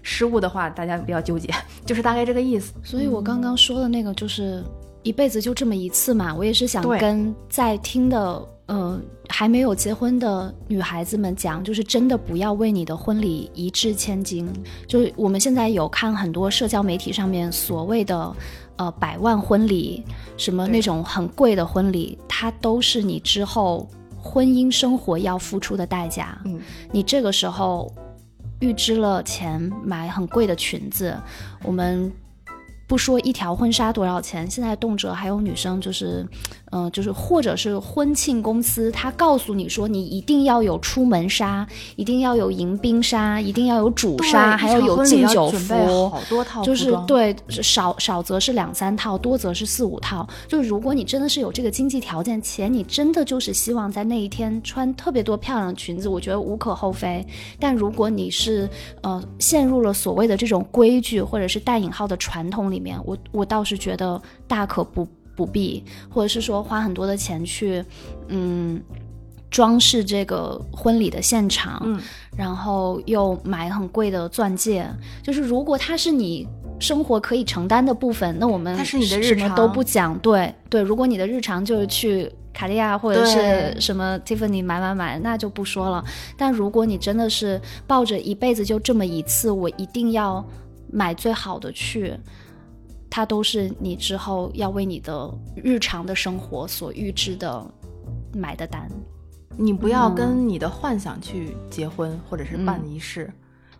失误的话，大家不要纠结， (laughs) 就是大概这个意思。
所以我刚刚说的那个就是一辈子就这么一次嘛，我也是想
对
跟在听的呃还没有结婚的女孩子们讲，就是真的不要为你的婚礼一掷千金。就是我们现在有看很多社交媒体上面所谓的。呃，百万婚礼，什么那种很贵的婚礼，它都是你之后婚姻生活要付出的代价。
嗯，
你这个时候预支了钱买很贵的裙子，我们不说一条婚纱多少钱，现在动辄还有女生就是，嗯、就是或者是婚庆公司，他告诉你说你一定要有出门纱，一定要有迎宾纱，一定要有主纱，还要有敬酒
准
服，
备好多套
就是，对少少则是两三套，多则是四五套。就如果你真的是有这个经济条件，且你真的就是希望在那一天穿特别多漂亮的裙子，我觉得无可厚非。但如果你是呃陷入了所谓的这种规矩或者是带引号的传统里面，我我倒是觉得大可不不必，或者是说花很多的钱去嗯装饰这个婚礼的现场，
嗯
然后又买很贵的钻戒，就是如果它是你生活可以承担的部分，那我们
它是你的
什
日
么
常
都不讲。对对，如果你的日常就是去卡地亚或者
对
是什么 Tiffany 买买买，那就不说了。但如果你真的是抱着一辈子就这么一次，我一定要买最好的去。它都是你之后要为你的日常的生活所预支的买的单。
你不要跟你的幻想去结婚或者是办仪式。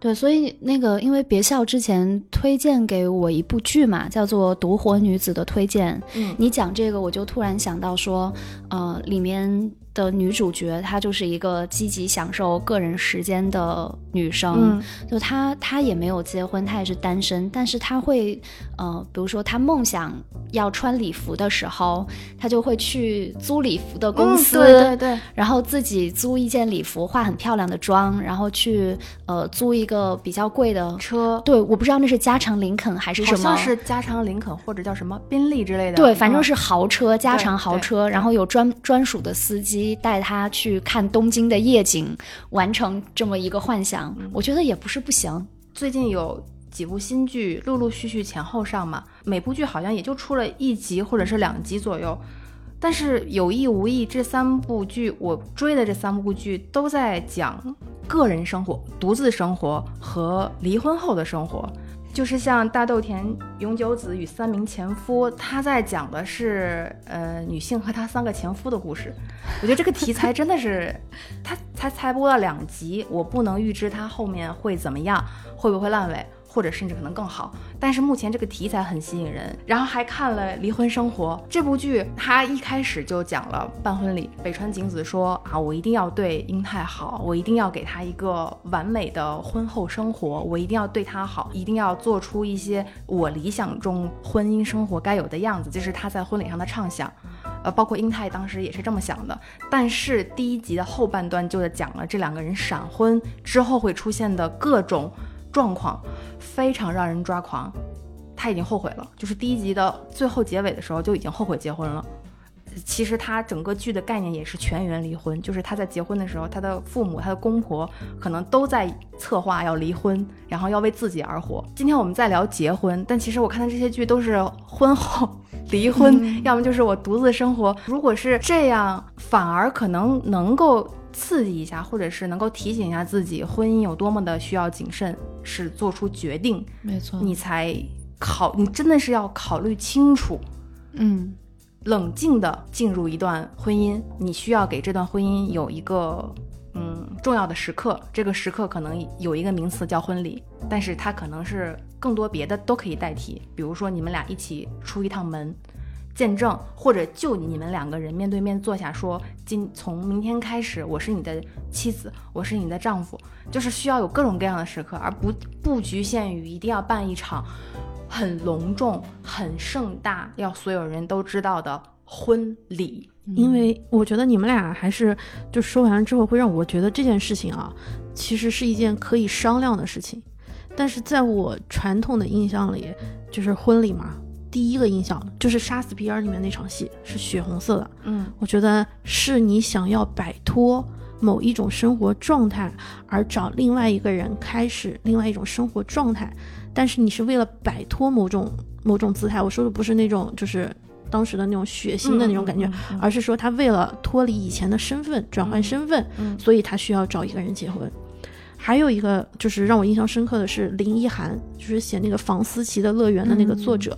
对，所以那个，因为别笑之前推荐给我一部剧嘛，叫做《独活女子》的推荐。
嗯
你讲这个，我就突然想到说，呃，里面的女主角她就是一个积极享受个人时间的女生，
嗯
就她她也没有结婚，她也是单身，但是她会，呃，比如说她梦想要穿礼服的时候，她就会去租礼服的公司，
嗯对对对，
然后自己租一件礼服，化很漂亮的妆，然后去呃租一个比较贵的
车
对，我不知道那是加长林肯还是
好
什么
像，是加长林肯或者叫什么宾利之类的。
对，反正
嗯
是豪车，加
对
长豪
对
车，然后有专专属的司机带他去看东京的夜景，完成这么一个幻想，我觉得也不是不行。
最近有。几部新剧陆陆续续前后上嘛，每部剧好像也就出了一集或者是两集左右。但是有意无意，这三部剧我追的这三部剧都在讲个人生活、独自生活和离婚后的生活。就是像大豆田永久子与三名前夫，他在讲的是呃女性和她三个前夫的故事。我觉得这个题材真的是，他才才播了两集，我不能预知他后面会怎么样，会不会烂尾，或者甚至可能更好。但是目前这个题材很吸引人，然后还看了《离婚生活》这部剧，他一开始就讲了办婚礼。呃北川景子说啊，我一定要对英泰好，我一定要给他一个完美的婚后生活，我一定要对他好，一定要做出一些我理想中婚姻生活该有的样子，这是他在婚礼上的畅想。呃，包括英泰当时也是这么想的。但是第一集的后半段就讲了这两个人闪婚之后会出现的各种状况，非常让人抓狂。他已经后悔了，就是第一集的最后结尾的时候就已经后悔结婚了。其实他整个剧的概念也是全员离婚，就是他在结婚的时候，他的父母、他的公婆可能都在策划要离婚，然后要为自己而活。今天我们在聊结婚，但其实我看的这些剧都是婚后 (laughs) 离婚，要么就是我独自生活。如果是这样，反而可能能够刺激一下，或者是能够提醒一下自己，婚姻有多么的需要谨慎，是做出决定，
没错，
你才考，你真的是要考虑清楚，
嗯。
冷静的进入一段婚姻，你需要给这段婚姻有一个嗯重要的时刻，这个时刻可能有一个名词叫婚礼，但是它可能是更多别的都可以代替，比如说你们俩一起出一趟门，见证，或者就你们两个人面对面坐下说，今从明天开始我是你的妻子，我是你的丈夫，就是需要有各种各样的时刻，而不不局限于一定要办一场。很隆重、很盛大，要所有人都知道的婚礼。
因为我觉得你们俩还是就说完之后，会让我觉得这件事情啊，其实是一件可以商量的事情。但是在我传统的印象里，就是婚礼嘛，第一个印象就是《杀死比尔》里面那场戏是血红色的。
嗯，
我觉得是你想要摆脱某一种生活状态，而找另外一个人开始另外一种生活状态。但是你是为了摆脱某种某种姿态，我说的不是那种就是当时的那种血腥的那种感觉，
嗯嗯嗯
而是说他为了脱离以前的身份，转换身份，
嗯
所以他需要找一个人结婚。还有一个就是让我印象深刻的是林一涵，就是写那个房思琪的乐园的那个作者，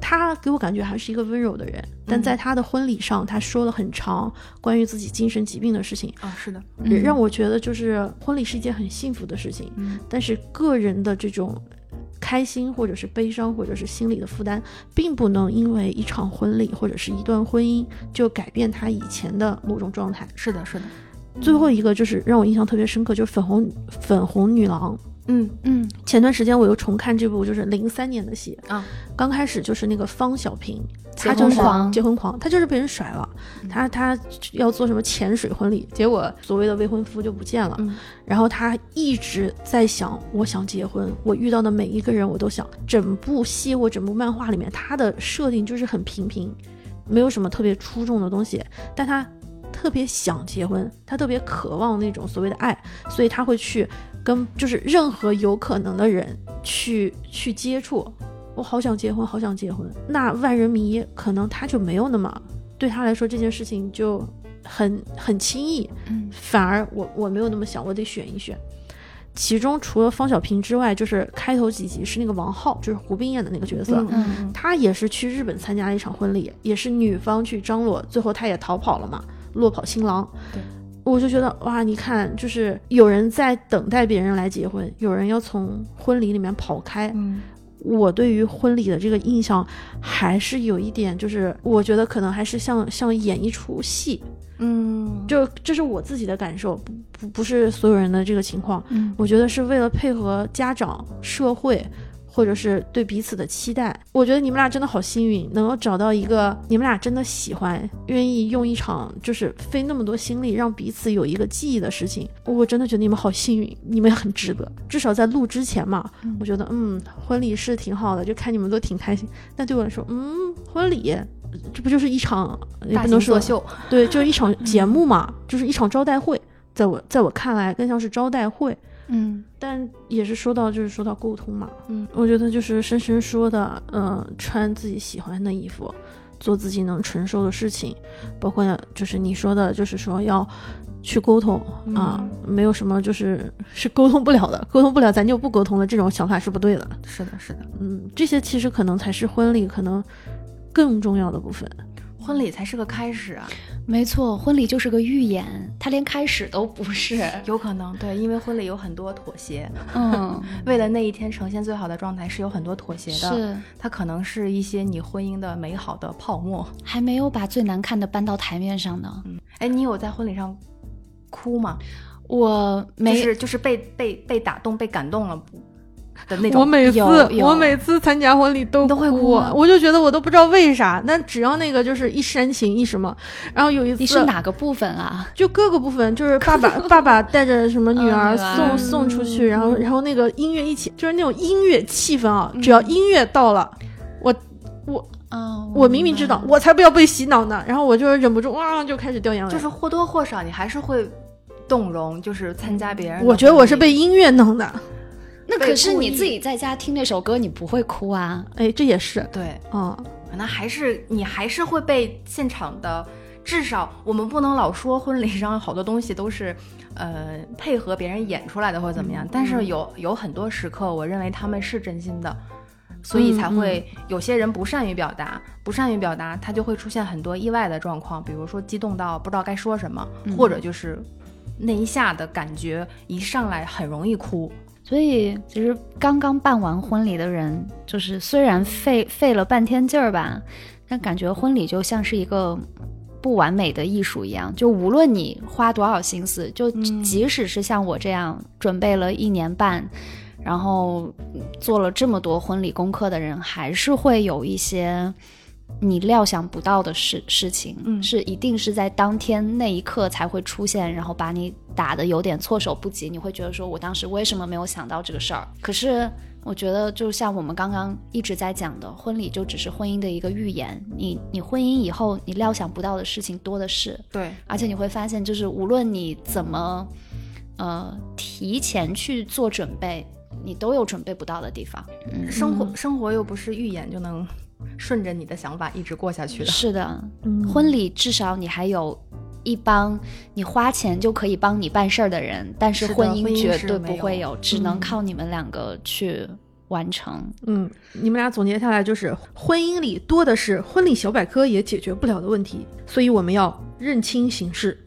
他给我感觉还是一个温柔的人，但在他的婚礼上，他说了很长关于自己精神疾病的事情，
啊、是的，
嗯
让我觉得就是婚礼是一件很幸福的事情，
嗯
但是个人的这种开心或者是悲伤或者是心理的负担，并不能因为一场婚礼或者是一段婚姻就改变他以前的某种状态。
是的，是的，
最后一个就是让我印象特别深刻，就是粉红粉红女郎。
嗯
嗯
前段时间我又重看这部，就是零三年的戏
啊，
刚开始就是那个方小平，
结
他
婚
就是
狂
结婚狂，他嗯就是被人甩了，他他要做什么潜水婚礼，结果所谓的未婚夫就不见了，
嗯
然后他一直在想，我想结婚，我遇到的每一个人我都想，整部戏或整部漫画里面，他的设定就是很平平，没有什么特别出众的东西，但他特别想结婚，他特别渴望那种所谓的爱，所以他会去跟就是任何有可能的人去去接触。我好想结婚，好想结婚。那万人迷可能他就没有那么对他来说这件事情就很很轻易，
嗯
反而我我没有那么想，我得选一选。其中除了方小平之外，就是开头几集是那个王浩，就是胡兵演的那个角色，
嗯嗯
他也是去日本参加了一场婚礼，也是女方去张罗，最后他也逃跑了嘛，落跑新郎。
对，
我就觉得哇，你看，就是有人在等待别人来结婚，有人要从婚礼里面跑开。
嗯
我对于婚礼的这个印象还是有一点，就是我觉得可能还是像像演一出戏，
嗯，
就这是我自己的感受，不不不是所有人的这个情况。
嗯
我觉得是为了配合家长、社会，或者是对彼此的期待。我觉得你们俩真的好幸运，能够找到一个你们俩真的喜欢、愿意用一场就是费那么多心力让彼此有一个记忆的事情。我真的觉得你们好幸运，你们很值得。至少在录之前嘛，我觉得嗯，婚礼是挺好的，就看你们都挺开心。但对我来说，嗯，婚礼。这不就是一场，也
大
不
型
能说
作秀，
对，就是一场节目嘛，就是一场招待会，在我在我看来更像是招待会，
嗯
但也是说到就是说到沟通嘛，
嗯，
我觉得就是深深说的，嗯、穿自己喜欢的衣服，做自己能承受的事情，包括就是你说的，就是说要去沟通、啊，没有什么就是是沟通不了的，沟通不了咱就不沟通了，这种想法是不对的。
是的，是的，
嗯，这些其实可能才是婚礼可能更重要的部分。
婚礼才是个开始啊，
没错，婚礼就是个预演，它连开始都不是。
有可能对，因为婚礼有很多妥协，
嗯，
为了那一天呈现最好的状态是有很多妥协的，
是
它可能是一些你婚姻的美好的泡沫。
还没有把最难看的搬到台面上呢。
哎，你有在婚礼上哭吗？
我没、
就是就是被被被打动、被感动了不的那种。
我每次
有有
我每次参加婚礼都
你都会
哭，
哭吗
我就觉得我都不知道为啥，但只要那个就是一煽情一什么，然后有一次
你是哪个部分啊？
就各个部分，就是爸爸爸爸带着什么女儿
嗯女儿
送、送出去，然后然后那个音乐一起，就是那种音乐气氛啊，只要音乐到了，我我
嗯，
我明明知道，我才不要被洗脑呢，然后我就是忍不住哇就开始掉眼泪，
就是或多或少你还是会动容，就是参加别人的婚礼。
我觉得我是被音乐弄的，
那
被
可是
故
你
意
自己在家听那首歌，你不会哭啊？
哎，这也是
对，
啊、
可能还是你还是会被现场的，至少我们不能老说婚礼上好多东西都是，呃，配合别人演出来的或者怎么样，但是有有很多时刻，我认为他们是真心的。所以才会有些人不善于表达，不善于表达，他就会出现很多意外的状况，比如说激动到不知道该说什么，或者就是那一下的感觉一上来很容易哭。
所以其实刚刚办完婚礼的人，就是虽然费费了半天劲儿吧，但感觉婚礼就像是一个不完美的艺术一样，就无论你花多少心思，就
嗯
即使是像我这样准备了一年半。然后做了这么多婚礼功课的人，还是会有一些你料想不到的事事情，
嗯
是一定是在当天那一刻才会出现，然后把你打的有点措手不及。你会觉得说我当时为什么没有想到这个事儿？可是我觉得，就像我们刚刚一直在讲的，婚礼就只是婚姻的一个预言。你你婚姻以后，你料想不到的事情多的是，
对，
而且你会发现，就是无论你怎么，呃，提前去做准备，你都有准备不到的地方。
生活生活又不是预演就能 (laughs) 顺着你的想法一直过下去的。
是的，
嗯
婚礼至少你还有一帮你花钱就可以帮你办事儿的人，但是
是的
婚
婚
姻
姻
绝
是
对
没
不会
有
有，嗯只能靠你们两个去完成。
嗯，你们俩总结下来就是，婚姻里多的是婚礼小百科也解决不了的问题，所以我们要认清形势，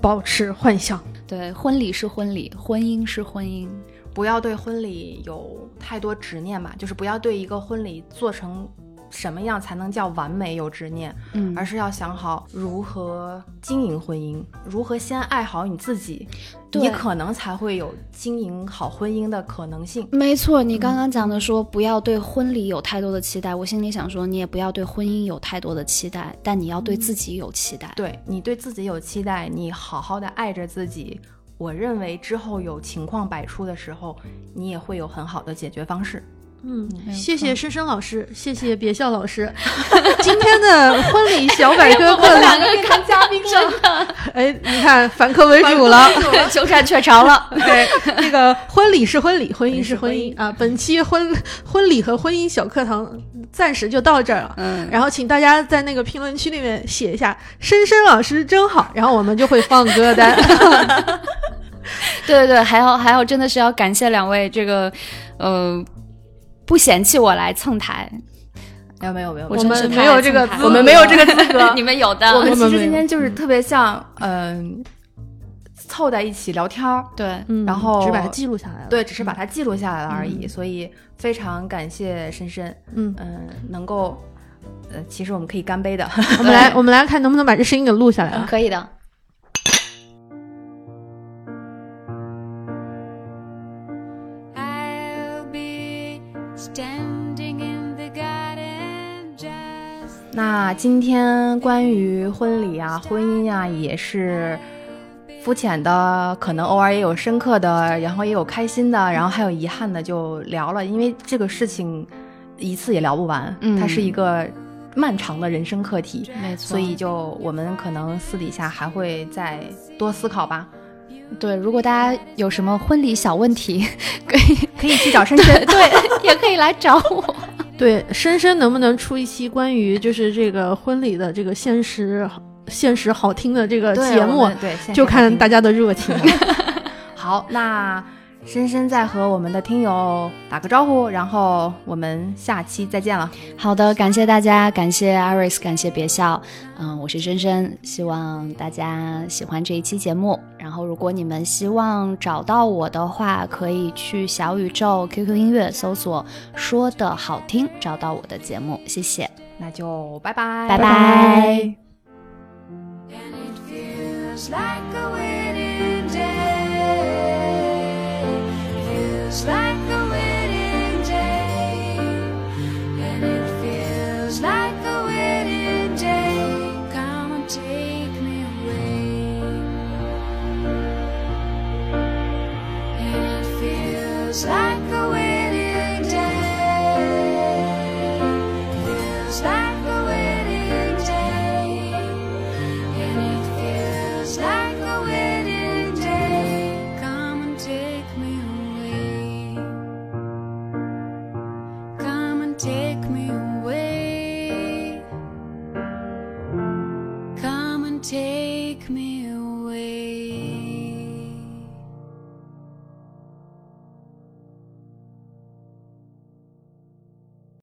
保持幻想。
对，婚礼是婚礼，婚姻是婚姻。
不要对婚礼有太多执念吧，就是不要对一个婚礼做成什么样才能叫完美有执念，
嗯
而是要想好如何经营婚姻，如何先爱好你自己，
对
你可能才会有经营好婚姻的可能性。
没错，你刚刚讲的说不要对婚礼有太多的期待，我心里想说，你也不要对婚姻有太多的期待，但你要对自己有期待。
对你对自己有期待，你好好的爱着自己。我认为之后有情况百出的时候，你也会有很好的解决方式。
嗯，
没有
谢谢
错
深深老师，谢 (laughs) 谢别笑老师。今天的婚礼小百科课
(laughs) (laughs)
堂，
两个看嘉宾真
哎，你看反客为主了。
的鸠 (laughs) 占鹊巢了。
对，那个婚礼是婚礼，婚姻是
婚
婚
礼
姻啊。本期婚婚礼和婚姻小课堂暂时就到这儿了。
嗯，
然后请大家在那个评论区里面写一下“深深老师真好”，然后我们就会放歌单。
(laughs) 对对对，还有还有，真的是要感谢两位这个，呃，不嫌弃我来蹭台，
没有没有没有，
我
我
真
们
是
没
太
有
爱
这
蹭
个
台
资
了
格
我们没有这个
(laughs)
资格，
(laughs) 你们有的，
我们
我们没
其实
有
今天就是特别像，嗯、凑在一起聊天儿，
(laughs) 对，
嗯
然后
只把它记录下来了。
对，只是把它记录下来了而已。所以非常感谢深深，
嗯，
嗯、能够，呃，其实我们可以干杯的。 (laughs)
我们来，我们来看能不能把这声音给录下来啊。
嗯可以的。
I'll be standing in the garden just
那今天关于婚礼啊、婚姻啊，也是肤浅的，可能偶尔也有深刻的，然后也有开心的，然后还有遗憾的，就聊了。因为这个事情一次也聊不完，
嗯
它是一个漫长的人生课题。
没错，
所以就我们可能私底下还会再多思考吧。
对，如果大家有什么婚礼小问题， (laughs)
可以去找深深。
对，也可以来找我。
对，深深能不能出一期关于就是这个婚礼的这个现实、现实好听的这个
对
节
我
目
们，对，现
就
实
看
听
大家的热情啊了。
好，那深深再和我们的听友打个招呼，然后我们下期再见了。
好的，感谢大家，感谢 Iris，感谢别笑，嗯，我是深深，希望大家喜欢这一期节目。然后，如果你们希望找到我的话，可以去小宇宙、QQ 音乐搜索“说的好听”，找到我的节目。谢谢。
那就拜拜，
拜拜。
And it feels like a winning day. Feels like a winning day. And it feels like a winning day. Come and take me away. And it feels like a winning day. Feels like a winning day. And it feels like a winning day. Come and take me away. Come and take me away. Come and take me